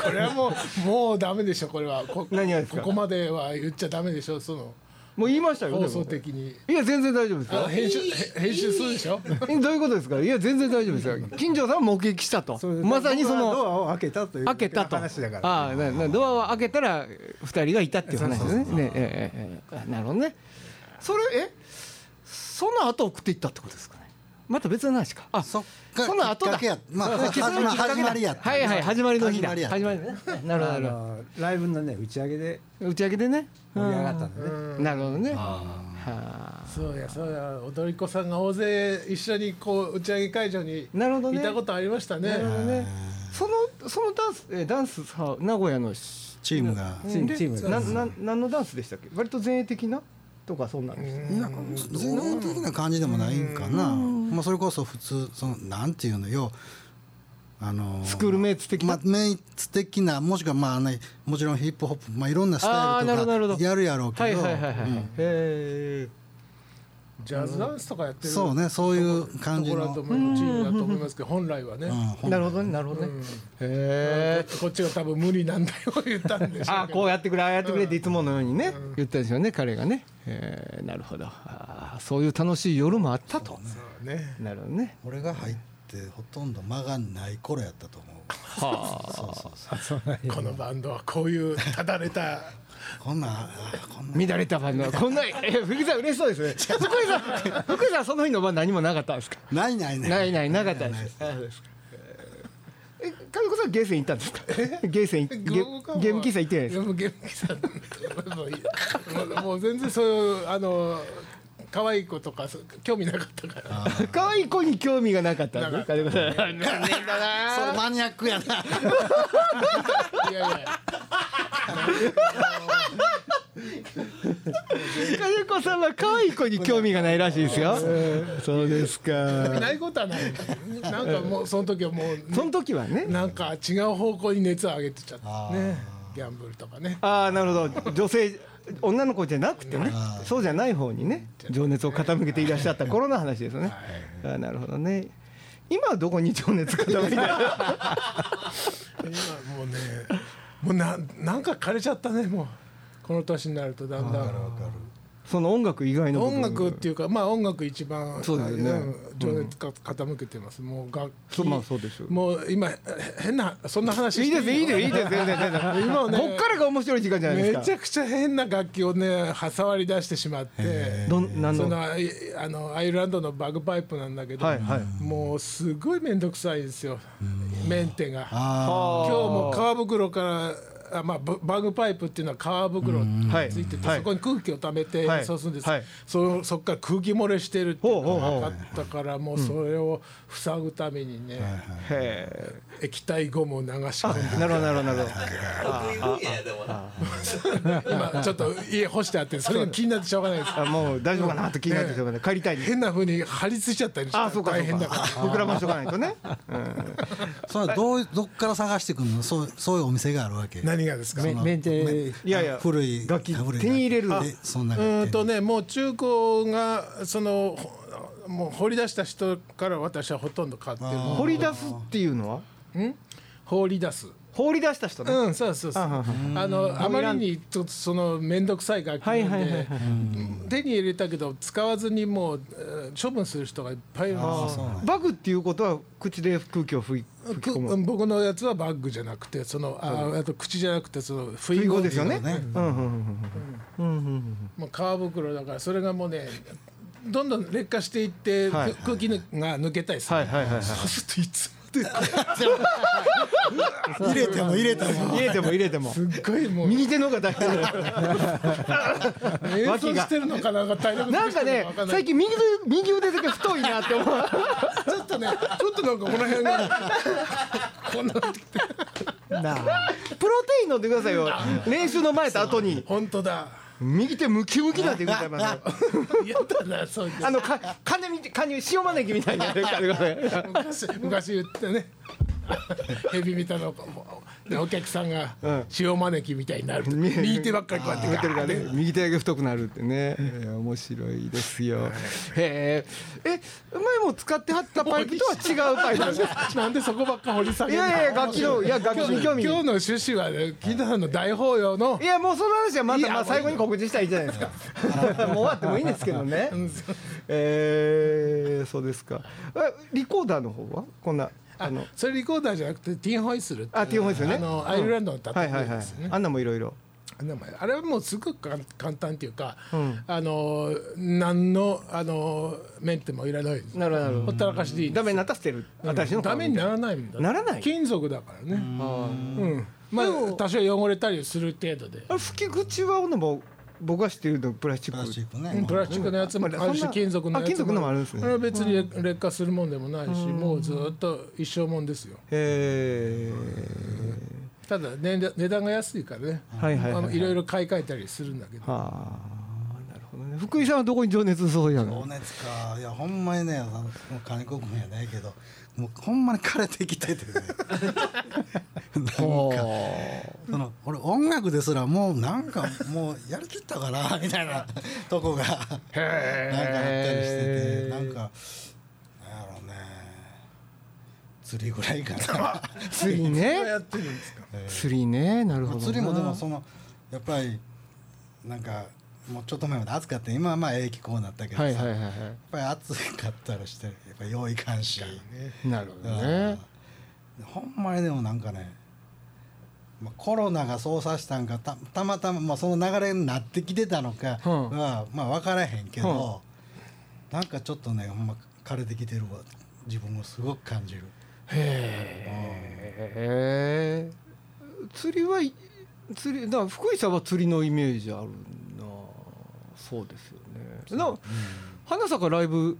Speaker 2: これはもうもうダメでしょこれはこ
Speaker 1: 何がですか
Speaker 2: ここまでは言っちゃダメでしょその
Speaker 1: もう言いましたよで
Speaker 2: 放
Speaker 1: も
Speaker 2: 送的に
Speaker 1: いや全然大丈夫ですよ
Speaker 2: (laughs) あ編集へ編集するでしょ
Speaker 1: えどういうことですかいや全然大丈夫ですよ金城さんは目撃したと
Speaker 5: そうです
Speaker 1: まさにそ
Speaker 5: 僕はド
Speaker 1: の
Speaker 5: アを開けたという
Speaker 1: 開けたと
Speaker 5: 話だから
Speaker 1: ああななドアを開けたら二人がいたっていう話ですねねええええええなるほどねそれえその後送っていったってことですかねまた別の話かあ
Speaker 3: そっか
Speaker 1: その後
Speaker 3: き
Speaker 1: だ
Speaker 3: っかけやまあ
Speaker 1: そうそう
Speaker 3: 始ま
Speaker 1: きっかけだ
Speaker 3: 始まりやった
Speaker 1: はいはい始まりの日だ
Speaker 3: 始まりやった
Speaker 1: 始まりねなるほどな
Speaker 5: あ
Speaker 1: るほ
Speaker 5: のライブのね打ち上げで
Speaker 1: ど打ち上げでね
Speaker 5: 盛り上がったん
Speaker 1: ね
Speaker 5: でね
Speaker 1: なるほどねはあ
Speaker 2: そうやそうや踊り子さんが大勢一緒にこう打ち上げ会場に
Speaker 1: なるほど
Speaker 2: い
Speaker 1: ね
Speaker 2: たことありましたね
Speaker 1: なるほどねそのそのダンスえダンスさ名古屋の
Speaker 3: チームが
Speaker 5: チーム
Speaker 1: で
Speaker 5: チームで
Speaker 1: なな何のダンスでしたっけ割と前衛的なとかそんなんですか
Speaker 3: な全能的な感じでもないんかなまあそれこそ普通そのなんていうのよあの
Speaker 1: スクールメイツ的な
Speaker 3: まあ、メイツ的なもしくはまあ、ね、もちろんヒップホップ、まあ、いろんなス
Speaker 1: あー
Speaker 3: タイ
Speaker 1: なる
Speaker 3: ル
Speaker 1: ほ
Speaker 3: と
Speaker 1: どなるほ
Speaker 3: か
Speaker 1: ど
Speaker 3: やるやろう
Speaker 1: は
Speaker 3: け
Speaker 1: い
Speaker 3: ど
Speaker 1: はいはいはい、
Speaker 3: うん
Speaker 1: へえ
Speaker 2: ジャズダンスとかやってる
Speaker 3: そうねそういう感
Speaker 2: と
Speaker 3: じ
Speaker 2: ころだ
Speaker 3: の
Speaker 2: と、思いますチームだと思いますけど本来はね、
Speaker 3: うんほん
Speaker 1: なるほどねなるほどね、へ
Speaker 2: こ
Speaker 1: え
Speaker 2: こっちが多分無理なんだよ言ったんでしょ
Speaker 1: ああ
Speaker 2: うけ
Speaker 1: こ
Speaker 2: ど
Speaker 1: うやってくれああやってくれっていつものようにね、言ったんですよね彼がね、えー、なるほどあーそういう楽しい夜もあったと、
Speaker 2: ね
Speaker 1: なるほどね
Speaker 3: 俺が入ってほとんど間がない頃やったと思う
Speaker 1: はあ
Speaker 2: このバンドはこういうただれた
Speaker 3: こんなんあーこんなん
Speaker 1: 乱れたファンのこんなえ福井さん嬉しそうですね (laughs) 福井さん福井さんその日の晩何もなかったんですか
Speaker 3: ないないない
Speaker 1: ないないなかったです。あそうですかえ、かみこさんゲーセン行ったんですか。ゲーセン行っ、ゲ、ゲーム喫茶行ってないですか。
Speaker 2: (laughs) ゲーム喫茶もういいもうもう全然そういうあの可愛い子とか興味なかったから
Speaker 1: 可愛い子に興味がなかったんですか金子さん残念
Speaker 3: そ
Speaker 1: だな
Speaker 3: れマニアックやな
Speaker 2: いやいや
Speaker 1: 金子さんは可愛い子に興味がないらしいですよ (laughs) そうですか
Speaker 2: ないことはないなんかもうその時はもう
Speaker 1: その時はね
Speaker 2: なんか違う方向に熱を上げてちゃったね
Speaker 3: ね
Speaker 2: ギャンブルとかね
Speaker 1: ああなるほど女性女の子じゃなくてねそうじゃない方にね情熱を傾けていらっしゃった頃の話ですよね、ああなるほどね今はどこに情熱傾いてる
Speaker 2: 今も
Speaker 1: (laughs)
Speaker 2: うねもうななんか枯れちゃったねもうこの年になるとだんだん
Speaker 1: その音楽以外の部分
Speaker 2: 音楽っていうかまあ音楽一番
Speaker 1: そうだよね
Speaker 2: ん情熱か傾けてますもう楽器
Speaker 1: そうまあそうですよ
Speaker 2: もう今へ変なそんな話
Speaker 1: いい
Speaker 2: して
Speaker 1: ですいいですいいです全然全然
Speaker 2: 今はね
Speaker 1: こっからが面白い時間じゃないですか
Speaker 2: めちゃくちゃ変な楽器をね触り出してしまって
Speaker 1: どん何
Speaker 2: そ
Speaker 1: の
Speaker 2: のあいあのアイルランドのバグパイプなんだけど、
Speaker 1: はいはい
Speaker 2: もうすごい面倒くさいですよ、メンテが。
Speaker 3: あ
Speaker 2: 今日も
Speaker 1: か
Speaker 2: 皮袋からあ、まあ、ババグパイプっていうのは皮袋
Speaker 1: はい
Speaker 2: ついてて、
Speaker 1: はい
Speaker 2: そこに空気を溜めて
Speaker 1: はい
Speaker 2: そうするんです、
Speaker 1: はい
Speaker 2: そそこから空気漏れしてるっていうのが
Speaker 1: ほうほう
Speaker 2: 分
Speaker 1: ほ
Speaker 2: か
Speaker 1: う
Speaker 2: ったからもうそれを塞ぐためにね、
Speaker 1: へ
Speaker 2: 液体ゴムを流し込んで
Speaker 1: えなるほどなるほどなるほ
Speaker 4: 得意分野やでもな
Speaker 1: (laughs)
Speaker 2: 今ちょっと家干してあってそれが気になってしょうがないです
Speaker 1: どあもう大丈夫かなと気になってしょうがない帰りたいです
Speaker 2: 変な風に張り付いちゃったりした
Speaker 1: あ
Speaker 2: ら
Speaker 1: そうか
Speaker 2: 大
Speaker 1: そ
Speaker 2: 変
Speaker 1: う
Speaker 2: だから
Speaker 1: か。僕らもしとかないとね
Speaker 3: あそれはどうどっから探してくるのそうそういうお店があるわけ
Speaker 2: 何がですか
Speaker 5: メメンテ
Speaker 1: いやいや
Speaker 3: 古い
Speaker 1: 楽器
Speaker 3: 古い
Speaker 1: 手に入れる
Speaker 3: でそんな
Speaker 2: うーんとねもう中古がそのほもう掘り出した人から私はほとんど買ってる
Speaker 1: 掘り出すっていうのは
Speaker 2: 掘り出す
Speaker 1: 放り出した人ね、
Speaker 2: うんそうそうそう
Speaker 1: あは
Speaker 2: あ
Speaker 1: は
Speaker 2: のあまりにちょっとその面倒くさい楽器なんで、
Speaker 1: はいはいはいはい
Speaker 2: 手に入れたけど使わずにもうえー処分する人がいっぱいいるんですよ
Speaker 1: バグっていうことは口で空気を吹い吹き
Speaker 2: く
Speaker 1: 込む
Speaker 2: 僕のやつはバッグじゃなくてそのああと口じゃなくてその不
Speaker 1: とい
Speaker 2: 意
Speaker 1: うこ
Speaker 2: 語
Speaker 1: とで
Speaker 2: で
Speaker 1: すよね
Speaker 3: ね
Speaker 1: うんうんうんうんうんうん
Speaker 2: もう皮袋だからそれがもうねどんどん劣化していって、
Speaker 1: はい
Speaker 2: く空気が抜けたりする、
Speaker 1: はいはいはいはい
Speaker 2: そうするといつま
Speaker 3: 入れても入れても
Speaker 1: 入れても入れても
Speaker 2: ですっごいもう
Speaker 1: 右手の方が大変
Speaker 2: (laughs)
Speaker 1: だ
Speaker 2: 演奏してるのかななんか体力
Speaker 1: なんかね最
Speaker 2: 近
Speaker 1: 近右腕右腕だけ太いなって思う
Speaker 2: ちょっとねちょっとなんかこの辺がこんなってきて
Speaker 1: プロテイン飲んでくださいよ練習の前と後に
Speaker 2: 本
Speaker 1: (laughs)
Speaker 2: 当だ
Speaker 1: 右手ムキムキなってくださいませ
Speaker 2: やだなそういう
Speaker 1: あのか金み金塩招きみたいにやってください
Speaker 2: 昔昔言ってね (laughs) ヘビみたいなこうでお客さんが塩招きみたいになると、
Speaker 1: 見える
Speaker 2: 右手ばっかりこうやって
Speaker 1: 言ってるからね (laughs) 右手だけ太くなるってね、えー面白いですよへええ前も使ってはったパイプとは違うパイプなんですか
Speaker 2: なんでそこばっか掘り下
Speaker 1: い
Speaker 2: げるの
Speaker 1: やいやいや楽器のいや楽器
Speaker 2: 今日
Speaker 1: に興味
Speaker 2: 今日の趣旨はね金田さんの大法要の
Speaker 1: いやもうその話はまたまあ最後に告知したらいいじゃないですか (laughs) もう終わってもいいんですけど
Speaker 3: (laughs)
Speaker 1: ねえー、そうですかあリコーダーの方はこんなあ
Speaker 2: あ
Speaker 1: の
Speaker 2: のそれリコーダーじゃなくてティンホイッスルっていう
Speaker 1: あティンホイッスルね
Speaker 2: あのアイルランドの
Speaker 1: は
Speaker 2: 叩
Speaker 1: い
Speaker 2: く
Speaker 1: はい
Speaker 2: ん
Speaker 1: はい
Speaker 2: ですよね
Speaker 1: あんなもいろいろ
Speaker 2: 名前あれはもうすごく簡簡単っていうか、あの何のあのメンテもいらない
Speaker 1: なるほどなる
Speaker 2: ほ
Speaker 1: ほ
Speaker 2: ったらかしでいい
Speaker 1: どダメになったら捨てる私の
Speaker 2: ダメにな
Speaker 1: る
Speaker 2: らないんだ
Speaker 1: ならない
Speaker 2: 金属だからねうんまあ多少汚れたりする程度で
Speaker 1: あれ吹き口はほんなもう僕が知ってるのプラスチ
Speaker 3: プラスチ
Speaker 1: ッ
Speaker 3: ッ
Speaker 1: ク
Speaker 3: クね
Speaker 2: プラスチックのやつもあ
Speaker 1: まあ
Speaker 2: る
Speaker 1: そん
Speaker 2: し
Speaker 1: な
Speaker 2: 金属のや
Speaker 1: あ
Speaker 2: つ
Speaker 1: 金属のもあるんですね
Speaker 2: あれは別に劣劣化するもんでもないしもうずっと一生もんですよ
Speaker 1: へ
Speaker 2: ただ値段値段が安いからね
Speaker 1: ーはいはい
Speaker 2: あ
Speaker 1: はいは
Speaker 2: の
Speaker 1: い
Speaker 2: いろいろ買い替えたりするんだけど
Speaker 1: はあなるほどね福井さんはどこに情熱注いだ
Speaker 3: 情
Speaker 1: の
Speaker 3: 熱かいやほんまにねあのもう金子君やないけどもうほんまに枯れてき
Speaker 1: (laughs)
Speaker 3: ててねなんかその俺音楽ですらもうなんかもうやりきったかなみたいなとこがなんかあったりしててなんかなんやろうね釣りぐらいか
Speaker 1: (laughs)
Speaker 3: な
Speaker 1: 釣りね釣りねなるほどな
Speaker 3: 釣りもでもそのやっぱりなんかもうちょっと前まで暑かった今はまあええ気候になったけどさ、
Speaker 1: はいはいはいは
Speaker 3: やっぱり暑かったらしてやっぱ用意監視、
Speaker 1: いなるほどね
Speaker 3: うんほんまにでもなんかね、まあ、コロナがそうさしたんかたたまたま、まあ、その流れになってきてたのか
Speaker 1: うん
Speaker 3: は、まあ分からへんけど、なんかちょっとねほんま枯れてきてるわ自分をすごく感じる
Speaker 1: へえ釣りはい釣りだから福井さんは釣りのイメージあるなそうですよねの花咲かライブ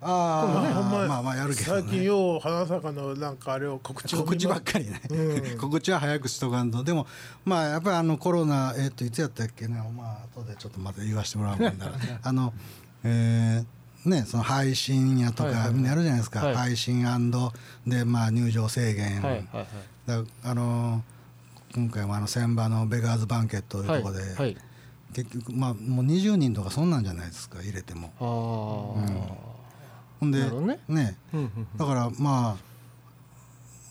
Speaker 3: あ
Speaker 2: ほんま
Speaker 3: あ
Speaker 2: や
Speaker 3: まあまあやるけど
Speaker 2: 最近
Speaker 3: ね
Speaker 2: よう花坂のなんかあれを告知を
Speaker 3: 告知ばっかりね、告知は早くしとかんとでもまあやっぱりあのコロナえっ、といつやったっけなまあ後でちょっとまた言わしてもらうもんだらあのえーねその配信やと
Speaker 1: はいはいは
Speaker 3: か
Speaker 1: い
Speaker 3: みんなやるじゃないですか、
Speaker 1: はい
Speaker 3: 配信でまあ入場制限、
Speaker 1: はいはいはい
Speaker 3: だあの今回もあの船場のベガーズバンケットというとこで、
Speaker 1: はいはい
Speaker 3: 結局まあもう20人とかそんなんじゃないですか入れても。
Speaker 1: あー
Speaker 3: ほんで
Speaker 1: なるほどねうんうん
Speaker 3: だからま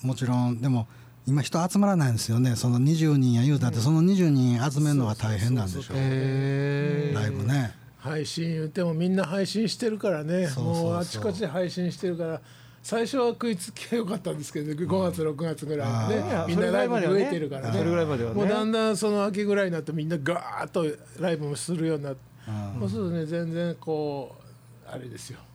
Speaker 3: あもちろんでも今人集まらないんですよねその20人や言うたってその20人集めるのが大変なんでしょう
Speaker 1: へー
Speaker 3: ライブね
Speaker 2: 配信言ってもみんな配信してるからね
Speaker 3: そうそうそう
Speaker 2: もうあちこちで配信してるから最初は食いつきが良かったんですけどね5月6月ぐらいはね、
Speaker 1: あー
Speaker 2: みんなライブ増えてるからね
Speaker 1: それぐらいまではね
Speaker 2: もうだんだんその秋ぐらいになってみんなガーッとライブもするようになって、そうするとね全然こうあれですよ、
Speaker 1: ね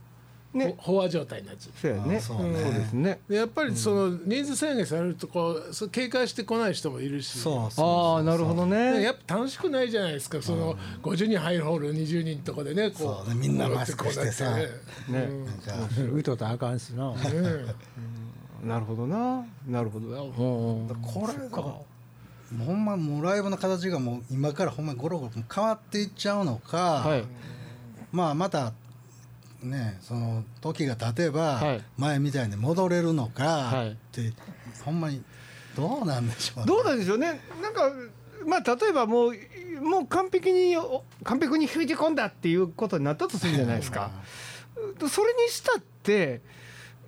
Speaker 2: ほ飽和状態になっちゃう
Speaker 1: そうやね
Speaker 3: あそ
Speaker 1: そうう
Speaker 3: ね
Speaker 1: ですね
Speaker 2: でやっぱりその人数制限されるとこうそう警戒してこない人もいるし
Speaker 3: そう
Speaker 1: あ
Speaker 3: そ
Speaker 1: あーなるほど
Speaker 2: ね
Speaker 1: ね
Speaker 2: やっぱ楽しくないじゃないですかその50人入るホール20人とかでねこ
Speaker 3: そう
Speaker 2: う
Speaker 3: ねみんなマスクしてさ
Speaker 2: こうやって
Speaker 1: ね
Speaker 3: うなんか
Speaker 5: (laughs) 歌ったらあかんしな
Speaker 2: こうやってね
Speaker 1: なるほどななるほどなうん
Speaker 3: これだからほんまもうライブの形がもう今からほんまゴロゴロ変わっていっちゃうのか、
Speaker 1: はい
Speaker 3: まあまたねその時が経て
Speaker 1: は
Speaker 3: ば
Speaker 1: い
Speaker 3: 前みたいに戻れるのか、
Speaker 1: はい
Speaker 3: ってほんまにどうなんでしょうね
Speaker 1: どうなんでしょうねなんかまあ例えばもうもう完璧にお完璧に封じ込んだっていうことになったとするじゃないですか。それにしたって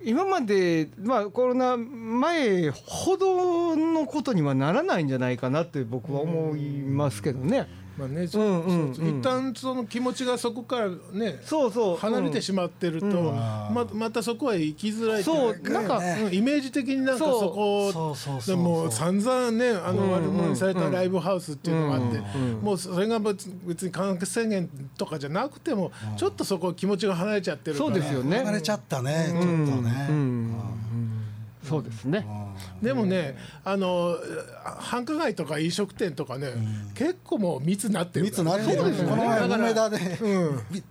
Speaker 1: 今まで、まあ、コロナ前ほどのことにはならないんじゃないかなって僕は思いますけどね。
Speaker 2: まあね
Speaker 1: う
Speaker 2: そ
Speaker 1: んうん
Speaker 2: うそう
Speaker 1: うん
Speaker 2: 一旦その気持ちがそこからね
Speaker 1: そうそう
Speaker 2: 離れてしまってると
Speaker 1: うん
Speaker 2: ままたそこへ行きづらい
Speaker 1: そう
Speaker 2: といか
Speaker 1: なんか
Speaker 2: うんイメージ的になんか
Speaker 1: そう
Speaker 2: そこ
Speaker 3: そうそうそうそう
Speaker 2: でもう散々ねあ
Speaker 1: うん
Speaker 2: の悪者にされたライブハウスっていうのがあってもうそれが別別に感覚制限とかじゃなくてもちょっとそこ気持ちが離れちゃってるか
Speaker 1: そ
Speaker 2: ら
Speaker 1: うですよね。
Speaker 3: 離れちゃったね、ちょっとね、
Speaker 1: うんそうですね。
Speaker 2: でもね、あの繁華街とか飲食店とかね、結構もう密になってる
Speaker 3: 密
Speaker 2: か
Speaker 3: に
Speaker 2: ら
Speaker 3: な
Speaker 2: ね、
Speaker 3: ってる、
Speaker 2: そうですよね
Speaker 3: この前
Speaker 2: だから
Speaker 3: 梅田で、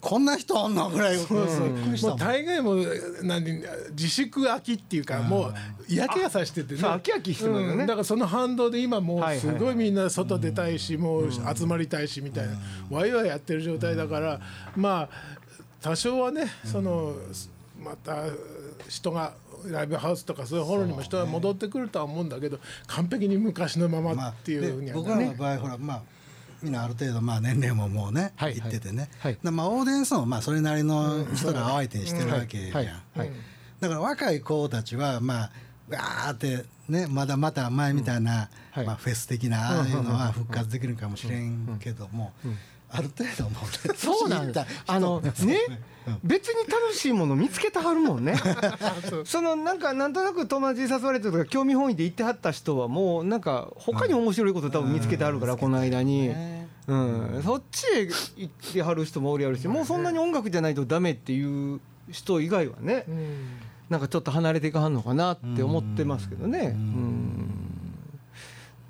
Speaker 3: こんな人おんのぐらいびっくりした
Speaker 2: も
Speaker 3: も
Speaker 2: うん大概もう何自粛空きっていうかもう嫌気がさしててね
Speaker 1: そう飽き飽きしてるんだよね
Speaker 2: うんだからその反動で今も
Speaker 1: は
Speaker 2: う
Speaker 1: い
Speaker 2: すごいみんな外出たいしもう集まりたいしみたいなワイワイやってる状態だからまあ多少はねそのまた人がライブハウスとかそういうホールにも人が戻ってくるとは思うんだけど完璧に昔のまま
Speaker 3: まあ
Speaker 2: っていうふうに
Speaker 3: で
Speaker 2: はな
Speaker 3: 僕らの場合、ほらまあみんなある程度まあ年齢ももうね、
Speaker 1: はい
Speaker 3: いっててね、
Speaker 1: はい
Speaker 3: でまあオーディエンスもまあそれなりの人らを相手にしてるわけじゃん、
Speaker 1: はいはい
Speaker 3: だから若い子たちはまあわーってねまだまた前みたいな、
Speaker 1: はい
Speaker 3: まあ、フェス的なああいうのは復活できるかもしれんけども、ある程度もうね
Speaker 1: そうなん
Speaker 3: 年い
Speaker 1: だ
Speaker 3: った人。
Speaker 1: あのね、別に楽しいもの見つけてはるもんね。そのなんかなんとなく友達に誘われてとか興味本位で行ってはった人はもうなんか他に面白いこと多分見つけてあるからこの間に。うん、そっちへ行ってはる人もおりやるし、もうそんなに音楽じゃないとダメっていう人以外はね、なんかちょっと離れていかはんのかなって思ってますけどね。うん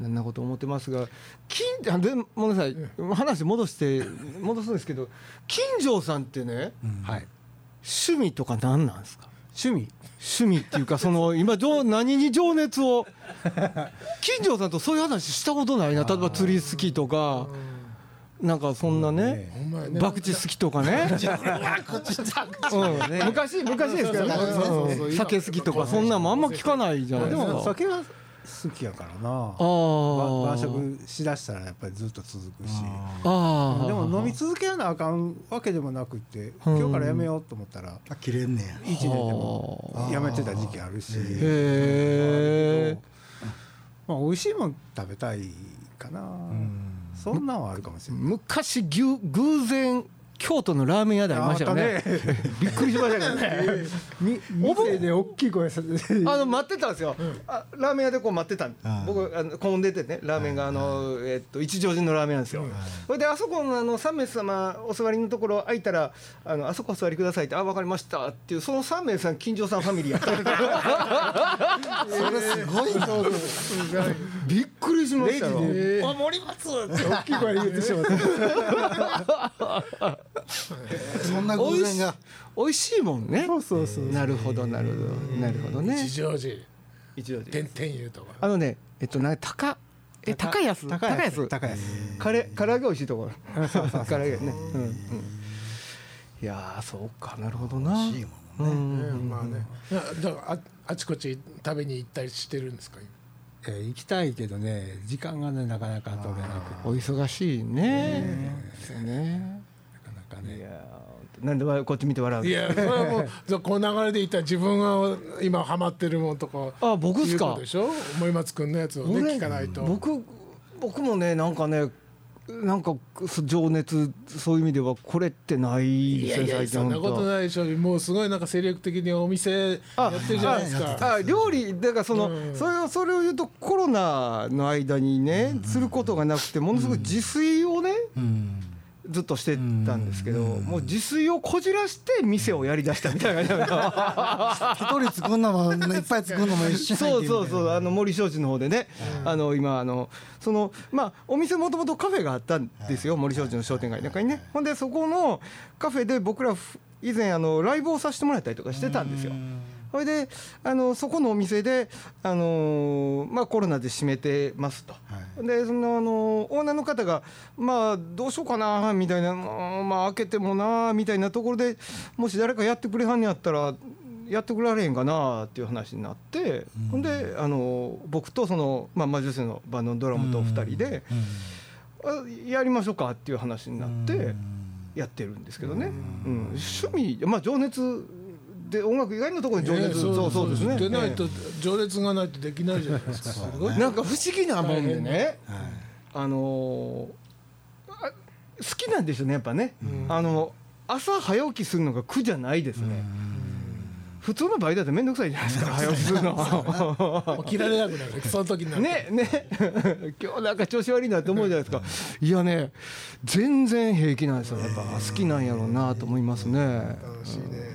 Speaker 1: そんなこと思ってますが金あでもごめんなさい話戻して (laughs) 戻すんですけど金城さんってね、
Speaker 5: はい
Speaker 1: 趣味とか何なんですか趣味趣味っていうかその今情何に情熱を金城さんとそういう話したことないな例えば釣り好きとかなんかそんなね
Speaker 2: ほんまやね
Speaker 1: 博打好きとかねうん昔昔ですけどね
Speaker 2: そうそうそうそう
Speaker 1: うん酒好きとかそんなんもあんま聞かないじゃない
Speaker 5: で
Speaker 1: です
Speaker 5: も
Speaker 1: か
Speaker 5: 酒は好きやからな
Speaker 1: あー
Speaker 5: 晩晩酌しだしたらやっぱりずっと続くし
Speaker 1: ああ
Speaker 5: でも飲み続けなあかんわけでもなくって
Speaker 1: うん
Speaker 5: 今日からやめようと思ったら
Speaker 3: あ切れんねや
Speaker 5: 1年でもやめてた時期あるし
Speaker 1: へえ
Speaker 5: まあ美味しいもん食べたいかなそんなんはあるかもしれない
Speaker 1: 昔牛偶然京都のラーメン屋でありましたよね
Speaker 5: あったね
Speaker 1: (laughs) びっくりしましたけど
Speaker 5: (laughs)
Speaker 1: ね
Speaker 5: み店で大きい声させて
Speaker 1: あの待ってたんですよ、あラーメン屋でこう待ってたん
Speaker 3: うん
Speaker 1: 僕あの混んでてねラーメンがあの、えっと一乗寺のラーメンなんですよ、それであそこのあの3名様お座りのところ空いたらあのあそこお座りくださいってあ分かりましたっていうその3名さん金城さんファミリーやった
Speaker 3: それすごいな
Speaker 1: びっくりしましたよ
Speaker 5: レジで
Speaker 1: あ森松
Speaker 5: 大きい声で言ってしまった
Speaker 3: そんな偶然が
Speaker 1: 美味しいもんね
Speaker 5: そうそうそう
Speaker 1: なるほどなるほどなるほどね
Speaker 2: 吉祥寺
Speaker 1: 一応で
Speaker 2: 天天湯と
Speaker 1: あ
Speaker 2: か
Speaker 1: のねえっとな高え高安
Speaker 5: 高安
Speaker 1: 高
Speaker 5: 高安
Speaker 1: カレー唐揚げ美味しいところ (laughs) 唐揚げねうんうんいやーそうかなるほどな
Speaker 3: 欲しいも
Speaker 1: う
Speaker 2: ね
Speaker 1: ん
Speaker 2: まあねなだからああちこち食べに行ったりしてるんですか今
Speaker 5: えー行きたいけどね時間がねなかなか取れなく
Speaker 1: お忙しいねですね
Speaker 5: てなかなか
Speaker 1: い
Speaker 5: ね
Speaker 1: やーなんでわこっち見て笑うの
Speaker 2: いやそれはもうじゃあこの流れで言ったら自分が今ハマってるもんとか
Speaker 1: あ僕っすか
Speaker 2: 言うことでしょ森松君のやつをね
Speaker 1: 俺
Speaker 2: 聞かないと
Speaker 1: 僕僕もねなんかねなんかそ情熱そういう意味ではこれってない
Speaker 2: い
Speaker 1: で
Speaker 2: や
Speaker 1: す
Speaker 2: い
Speaker 1: ね
Speaker 2: や
Speaker 1: 最近
Speaker 2: そんな
Speaker 1: 本
Speaker 2: こ
Speaker 1: 当
Speaker 2: とないでしょもうすごいなんか精力的にお店やってるじゃないです
Speaker 3: ああやって
Speaker 2: か
Speaker 1: あ料理だからその、
Speaker 2: うん
Speaker 1: それをそれを言うとコロナの間にね、することがなくてものすごく自炊をね、
Speaker 3: うん
Speaker 1: ずっとしてたんですけど、もう自炊をこじらして店をやりだしたみたいな感じなの
Speaker 3: 一人作んのもいっぱい作んのも一緒に入
Speaker 1: そ
Speaker 3: って
Speaker 1: う
Speaker 3: みたいな
Speaker 1: そうそうあの森商事の方でね、あの今あのそのまあお店もともとカフェがあったんですよ、森商事の商店街の中にね、ほんでそこのカフェで僕らふ以前あのライブをさせてもらったりとかしてたんですよ。それであのそこのお店で、あのーまあ、コロナで閉めてますと、でその、あのーオーナーの方が、まあ、どうしようかなみたいな、うんまあ、開けてもなみたいなところでもし誰かやってくれはんねやったらやってくれられへんかなっていう話になって、ほんで、あのー僕とその、まあ、魔女性のバンドのドラムと2人で、あやりましょうかっていう話になって。やってるんですけどね、うん趣味、まあ、情熱で音楽以外のところに情熱、
Speaker 2: ね
Speaker 1: そうそうですね
Speaker 2: でないと情熱がないとできないじゃないですかすご (laughs) い
Speaker 1: なんか不思議なもんでね、
Speaker 3: はい
Speaker 1: あのーあ好きなんですよねやっぱね、あの朝早起きするのが苦じゃないですね、普通の場合だと面倒くさいじゃないですか早起きする (laughs) の。
Speaker 2: 起きられなくな
Speaker 1: (laughs)
Speaker 2: るその時になると
Speaker 1: ねね (laughs) 今日なんか調子悪いなって思うじゃないですか、いやね全然平気なんですよやっぱ好きなんやろうなと思いますね楽しいね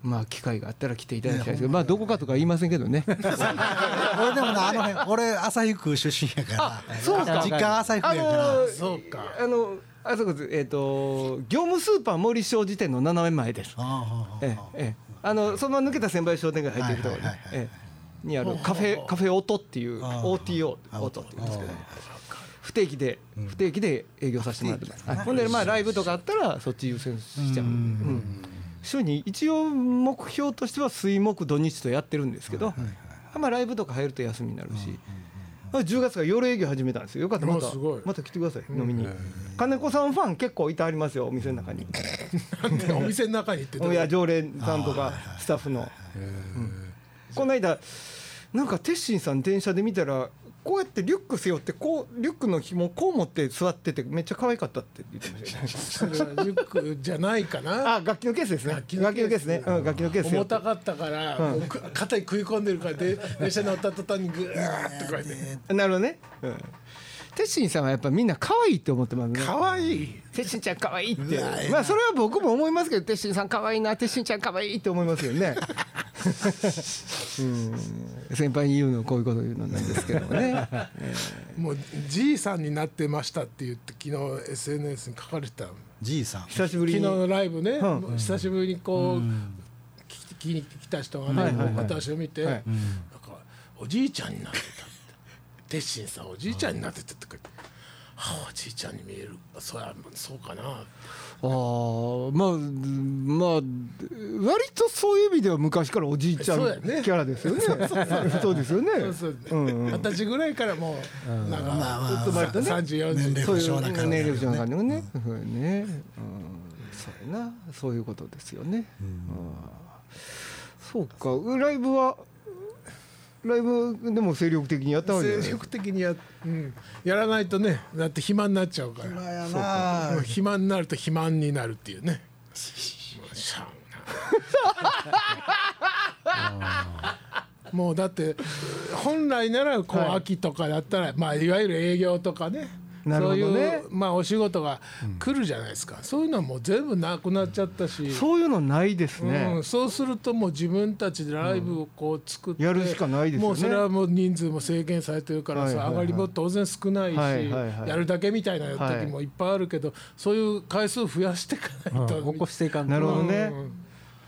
Speaker 1: まあ機会があったら来ていただきたいですけどまあどこかとか言いませんけどね
Speaker 3: 俺でもなあの辺俺旭区出身やから
Speaker 1: そうか
Speaker 3: 実家旭区
Speaker 1: あ
Speaker 3: やから
Speaker 1: の
Speaker 2: そうか
Speaker 1: あのあそこですえっ、と業務スーパー森商事店の斜め前です
Speaker 3: ああああ
Speaker 1: ええええあのそのまま抜けた先輩商店街入っていくところに
Speaker 3: はいはいはいは
Speaker 1: え
Speaker 3: い
Speaker 1: えにあるカフェカフェ音っていう
Speaker 3: ああ
Speaker 1: OTO
Speaker 3: あ
Speaker 1: 音っていうんですけどね不定期で不定期で営業させてもらってます、
Speaker 3: 不定期だな
Speaker 1: はいほんでまあライブとかあったらそっち優先しちゃう、うん、週に一応目標としては水木土日とやってるんですけど、まあライブとか入ると休みになるし、10月から夜営業始めたんですよよかったらまた
Speaker 2: うわすごい
Speaker 1: また来てください飲みに、金子さんファン結構いてありますよお店の中に。
Speaker 2: なんでお店の中に行って
Speaker 1: いや常連さんとかスタッフの、うんこの間なんか鉄心さん電車で見たらこうやってリュック背負ってこうリュックの紐こう持って座っててめっちゃ可愛かったって言ってました (laughs) よね
Speaker 2: それ (laughs) はリュックじゃないかな
Speaker 1: あ楽器のケースですね楽器のケースね、うん、楽器のケース背負
Speaker 2: 重
Speaker 1: って
Speaker 2: たかったから、もうく肩に食い込んでるからで
Speaker 1: (laughs)
Speaker 2: 電車乗った途端にグーッとこうやって
Speaker 1: なるほどね、うん、鉄心さんはやっぱみんな可愛いと思ってますね
Speaker 2: 可愛い
Speaker 1: 鉄心ちゃん可愛いってまあそれは僕も思いますけど鉄心さん可愛いな鉄心ちゃん可愛いって思いますよ (laughs) ねうん先輩に言うのこういうこと言うのなんですけどもね
Speaker 2: もうじいさんになってましたって言って昨日 SNS に書かれてた
Speaker 3: じいさん
Speaker 1: (laughs) 久しぶ
Speaker 2: 昨
Speaker 1: り
Speaker 2: 日
Speaker 1: に
Speaker 2: のライブね、
Speaker 1: ん
Speaker 2: もう久しぶりにこう、聞きに来た人がね、
Speaker 1: はいはいはい
Speaker 2: 私を見て、
Speaker 1: はい
Speaker 2: なんかおじいちゃんになってたって鉄心さんおじいちゃんになってたって書いて、はあ、おじいちゃんに見えるそりゃそうかな
Speaker 1: ああまあまあ割とそういう意味では昔からおじいちゃん
Speaker 2: そうやね
Speaker 1: キャラですよね。 (laughs) そうですよね。
Speaker 2: そうそう
Speaker 1: うん
Speaker 2: 二、
Speaker 1: うん
Speaker 2: 十歳ぐらいからもう、なんか、
Speaker 3: まあまあ
Speaker 2: 三十四
Speaker 3: 年
Speaker 2: 十
Speaker 3: 齢
Speaker 1: そう
Speaker 3: 不
Speaker 1: いう
Speaker 3: 詳な感じ
Speaker 1: 年齢不詳な感じのね。そうやね。うんそうやなそういうことですよね。うんそうかライブはライブでも精力的にやったわけ
Speaker 2: 精
Speaker 1: じゃない。
Speaker 2: 力的にや,、うん、やらないとねだって暇になっちゃうから
Speaker 3: ま
Speaker 2: も
Speaker 3: あやな
Speaker 2: う暇になると肥満になるっていう
Speaker 5: (laughs)
Speaker 2: ねもうしゃあないもうだって本来ならこう秋とかだったら、まあいわゆる営業とかね
Speaker 5: なるほ
Speaker 2: そうい
Speaker 5: どね
Speaker 2: うまあお仕事が来るじゃないですか、そういうのはもう全部なくなっちゃったし
Speaker 1: そういうのないです
Speaker 2: う
Speaker 1: ね
Speaker 2: ん、。そうするともう自分たちでライブをこう作って、
Speaker 1: うんやるしかないですよね
Speaker 2: もうそれはもう人数も制限されてるから
Speaker 1: はい
Speaker 2: さ、
Speaker 1: はいはい
Speaker 2: 上がりも当然少ないし、
Speaker 1: はいはいはい
Speaker 2: やるだけみたいな時もいっぱいあるけど、そういう回数増やしていかないと、
Speaker 5: うん起こしていかんと
Speaker 1: なるほどね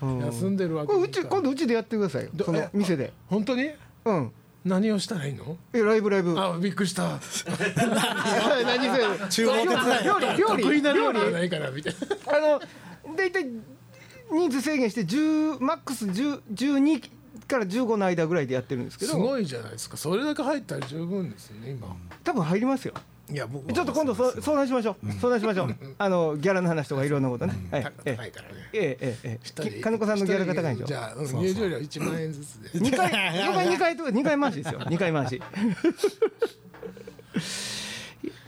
Speaker 2: うん
Speaker 1: うん
Speaker 2: 休んでるわけ
Speaker 1: これう
Speaker 2: にい
Speaker 1: ち
Speaker 2: かない
Speaker 1: 今度うちでやってくださいよ。
Speaker 2: ど
Speaker 1: その
Speaker 2: え
Speaker 1: 店で。
Speaker 2: 本当に
Speaker 1: うん。
Speaker 2: 何をしたらいいの
Speaker 1: えライブライブ。
Speaker 2: あびっくりした
Speaker 1: (laughs) 何せ
Speaker 3: 厨房手伝い
Speaker 1: 料理料理
Speaker 2: 得意な料
Speaker 1: 料理
Speaker 2: 理じゃないからみたいな
Speaker 1: あの大体人数制限して10マックス10 12から15の間ぐらいでやってるんですけ
Speaker 2: す
Speaker 1: ど
Speaker 2: ごいじゃないですかそれだけ入ったら十分ですよね今
Speaker 1: 多分入りますよ
Speaker 2: いや僕は
Speaker 1: ちょっと今度そ相談しましょう相談しましょうあのギャラの話とかいろんなことねはい
Speaker 2: 高
Speaker 1: え
Speaker 2: 高いからね
Speaker 1: ええええ
Speaker 2: 一
Speaker 1: え
Speaker 2: 人
Speaker 1: き金子さんのギャラが高いんでし
Speaker 2: じ
Speaker 1: ょ
Speaker 2: ゃあ、うん入場料一万円ず
Speaker 1: (laughs)
Speaker 2: つで。
Speaker 1: 2回2回2回
Speaker 2: (laughs)
Speaker 1: と2回回しですよ2回回し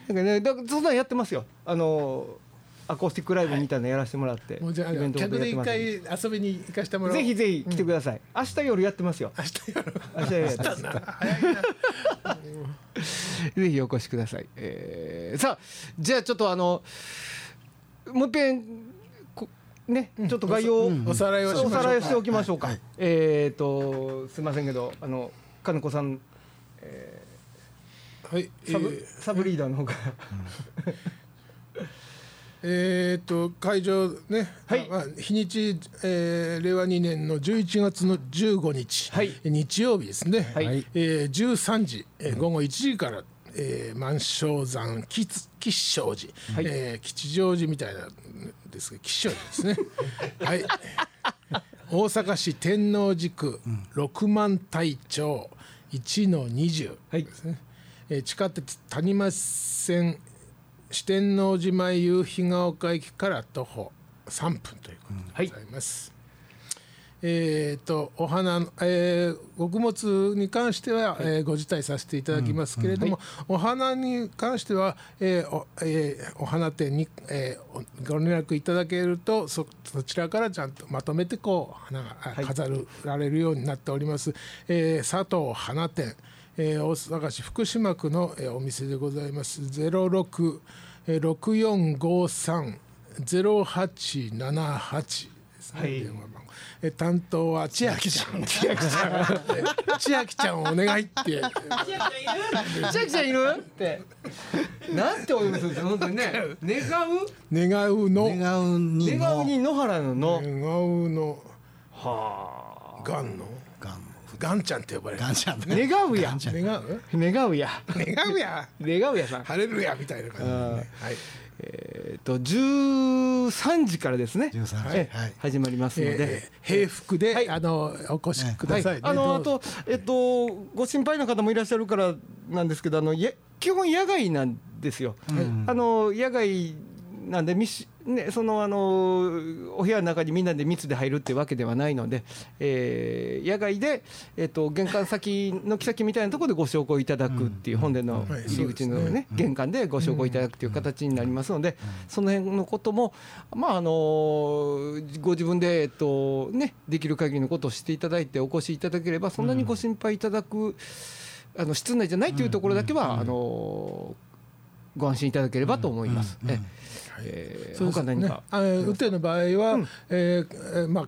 Speaker 1: (laughs) なんかねだからそんなんやってますよあのアコースティックライブみたいなのやらせてもらって、
Speaker 2: もうじゃあ
Speaker 1: イベントごと
Speaker 2: 客で
Speaker 1: やって
Speaker 2: 一
Speaker 1: ますん
Speaker 2: 回遊びに行かしてもらおう。
Speaker 1: ぜひぜひ来てください、明日夜やってますよ
Speaker 2: 明日やろう。
Speaker 1: 明日夜やってますぜひお越しください、えーさあじゃあちょっとあのもう一遍こねちょっと概要を、
Speaker 2: おさらいをし
Speaker 1: お
Speaker 2: ま
Speaker 1: さ
Speaker 2: し
Speaker 1: ら
Speaker 2: ょ
Speaker 1: いうをして
Speaker 2: か。
Speaker 1: おきましょうか、えっ、とすいませんけどあの金子さん
Speaker 2: はい。
Speaker 1: サブ,、
Speaker 2: えー
Speaker 1: サブリーダーの方が
Speaker 2: えーっと会場ね。
Speaker 1: はい
Speaker 2: まあ日にちえー令和2年の11月の15日。
Speaker 1: はい
Speaker 2: 日曜日ですね。
Speaker 1: はい
Speaker 2: えー13時えー午後1時から。えー満勝山吉吉祥寺、
Speaker 1: はい
Speaker 2: えー吉祥寺みたいなんですけど吉祥
Speaker 1: (laughs)
Speaker 2: 寺ですねはい大阪市天王寺区六万隊長1の20
Speaker 1: はい
Speaker 2: ですね、えー地下鉄谷町線四天王寺前夕日が丘駅から徒歩3分ということでございます、えっ、とお花の、えー穀物に関しては、えーご辞退させていただきますけれども、お花に関しては、えーおえーお花店に、えーおご連絡いただけるとそそちらからちゃんとまとめてこう花があ飾られるようになっております、えー佐藤花店、えー大阪市福島区の、えーお店でございます06えー6453 0878ですね、
Speaker 1: はい
Speaker 2: 電話番号えー担当は千秋ちゃん千秋ちゃんえー千秋ちゃんお願いって
Speaker 1: 「千秋ちゃんいる?」ってなんてお呼びするんですか本当にね願う
Speaker 2: 願うの願
Speaker 3: 願うに
Speaker 1: 願う
Speaker 3: の
Speaker 1: に野原のの、
Speaker 2: うの
Speaker 1: は
Speaker 2: がんの
Speaker 3: がん
Speaker 2: がんちゃんって呼ばれる
Speaker 3: がんちゃん
Speaker 1: あ
Speaker 3: ね
Speaker 1: 願うや
Speaker 2: 願う
Speaker 1: 願うや
Speaker 2: 願うや
Speaker 1: (laughs) 願うやさん
Speaker 2: 晴れるやみたいな感じでねはい
Speaker 1: えっと13時からですね。
Speaker 3: 13時
Speaker 1: ええ
Speaker 3: はい
Speaker 1: 始まりますので。
Speaker 2: えー平服で、あのお越しくださいね、
Speaker 1: あのあ
Speaker 2: どうぞ
Speaker 1: とえっとご心配な方もいらっしゃるからなんですけどあのや基本野外なんですよ。あの野外なんでみしねそのあのお部屋の中にみんなで密で入るってわけではないので、えー野外でえっと玄関先の先みたいなところでご紹介いただくっていう本殿の
Speaker 2: はい
Speaker 1: 入り口の
Speaker 2: そうです
Speaker 1: ね玄関でご紹介いただくという形になりますので、その辺のことも、まああのご自分で、えっとね、できる限りのことをしていただいてお越しいただければ、そんなにご心配いただく、あの室内じゃないというところだけは、あのご安心いただければと思います。ええ
Speaker 2: そうです
Speaker 1: 他何
Speaker 2: ね
Speaker 1: か、
Speaker 2: あ打ての場合は、えーえーまあ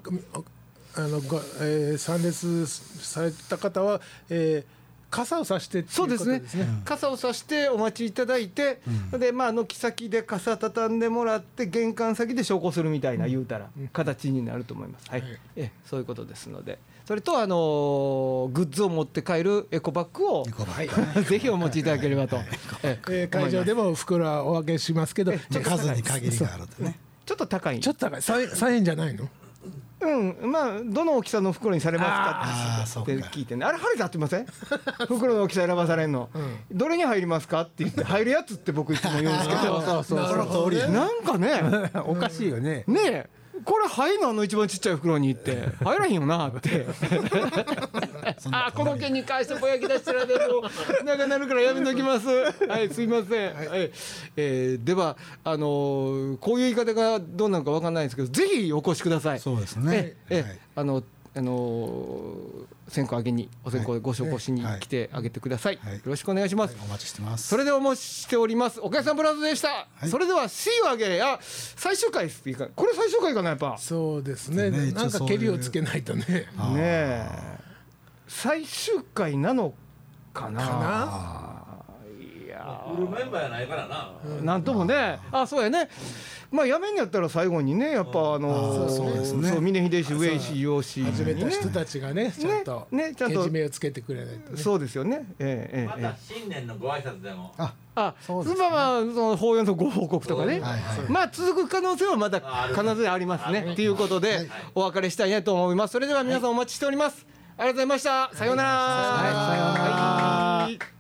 Speaker 2: あのごえー参列された方は、えー傘をさしてってい
Speaker 1: そう
Speaker 2: う
Speaker 1: です
Speaker 2: こと
Speaker 1: ね
Speaker 2: ですね。
Speaker 1: 傘をさしてお待ちいただいて、でまあ軒先で傘畳んでもらって玄関先で証拠するみたいな言うたら形になると思います。はい、
Speaker 2: はい
Speaker 1: えそういうことですので、それとあのーグッズを持って帰るエコバッグを
Speaker 2: はい。
Speaker 1: (laughs) ぜひお持ちいただければと。ええ
Speaker 2: えー会場でも袋はお分けしますけど、
Speaker 1: ちょっと
Speaker 3: 数に限りがあるとね
Speaker 1: ちょっと高い
Speaker 2: ちょ。っと高い三三円じゃないの？
Speaker 1: うん、まあどの大きさの袋にされますかって
Speaker 3: あーそうか
Speaker 1: 聞いてね。あれハリさん合ってません？ (laughs) 袋の大きさ選ばされんの。どれに入りますかって言って入るやつって僕いつも言うんですけど。
Speaker 5: そうそう
Speaker 3: その通りやね
Speaker 1: なんかね。
Speaker 5: (laughs) そうおかしいよね
Speaker 1: ねえこれ入るのあの一番ちっちゃい袋に行って入らへんよなってあこの件に関してぼやき出してられる (laughs) 長なるからやめときますはいすいません、はいえーではあのーこういう言い方がどうなのかわかんないんですけどぜひお越しください
Speaker 3: そうですね
Speaker 1: ええ
Speaker 3: はい
Speaker 1: あのあの線香あげにお線香でご紹介しに来てあげてください、
Speaker 3: はい
Speaker 1: よろしくお願いします、
Speaker 3: お待ちしてます
Speaker 1: それでお待ちしておりますお客さんブラウザでした、
Speaker 3: はい
Speaker 1: それでは C をあげれや最終回ですいいかこれ最終回かなやっぱ
Speaker 2: そうですね
Speaker 3: ね
Speaker 2: なん
Speaker 3: 一応
Speaker 2: か
Speaker 3: そうい
Speaker 2: 蹴
Speaker 3: う
Speaker 2: りをつけないとね
Speaker 3: あー
Speaker 1: ねえ最終回なのかなないや
Speaker 4: 売るメンバーやないからな。
Speaker 1: ーなんともねあそうやねまあやめんのやったら最後にねやっぱあのー
Speaker 3: あーそうですね
Speaker 1: そう峰秀氏上石洋氏
Speaker 2: 始めた
Speaker 1: ね
Speaker 2: 人たちがねちゃんと
Speaker 1: ねねちゃ
Speaker 2: け
Speaker 1: んと
Speaker 2: じめをつけてくれないとね
Speaker 1: そうですよねええ
Speaker 4: ま
Speaker 1: えええ
Speaker 4: た
Speaker 1: え
Speaker 4: 新年のご挨拶でも。
Speaker 1: あ
Speaker 3: そうですね
Speaker 1: まあまあその法要のご報告とかね、
Speaker 3: はいはい
Speaker 1: まあ続く可能性はまだ
Speaker 4: あある
Speaker 1: 必ずありますね。ということで、お別れしたいなと思います。それでは皆さんお待ちしております。ありがとうございました。さようなら。
Speaker 3: さようなら
Speaker 1: はい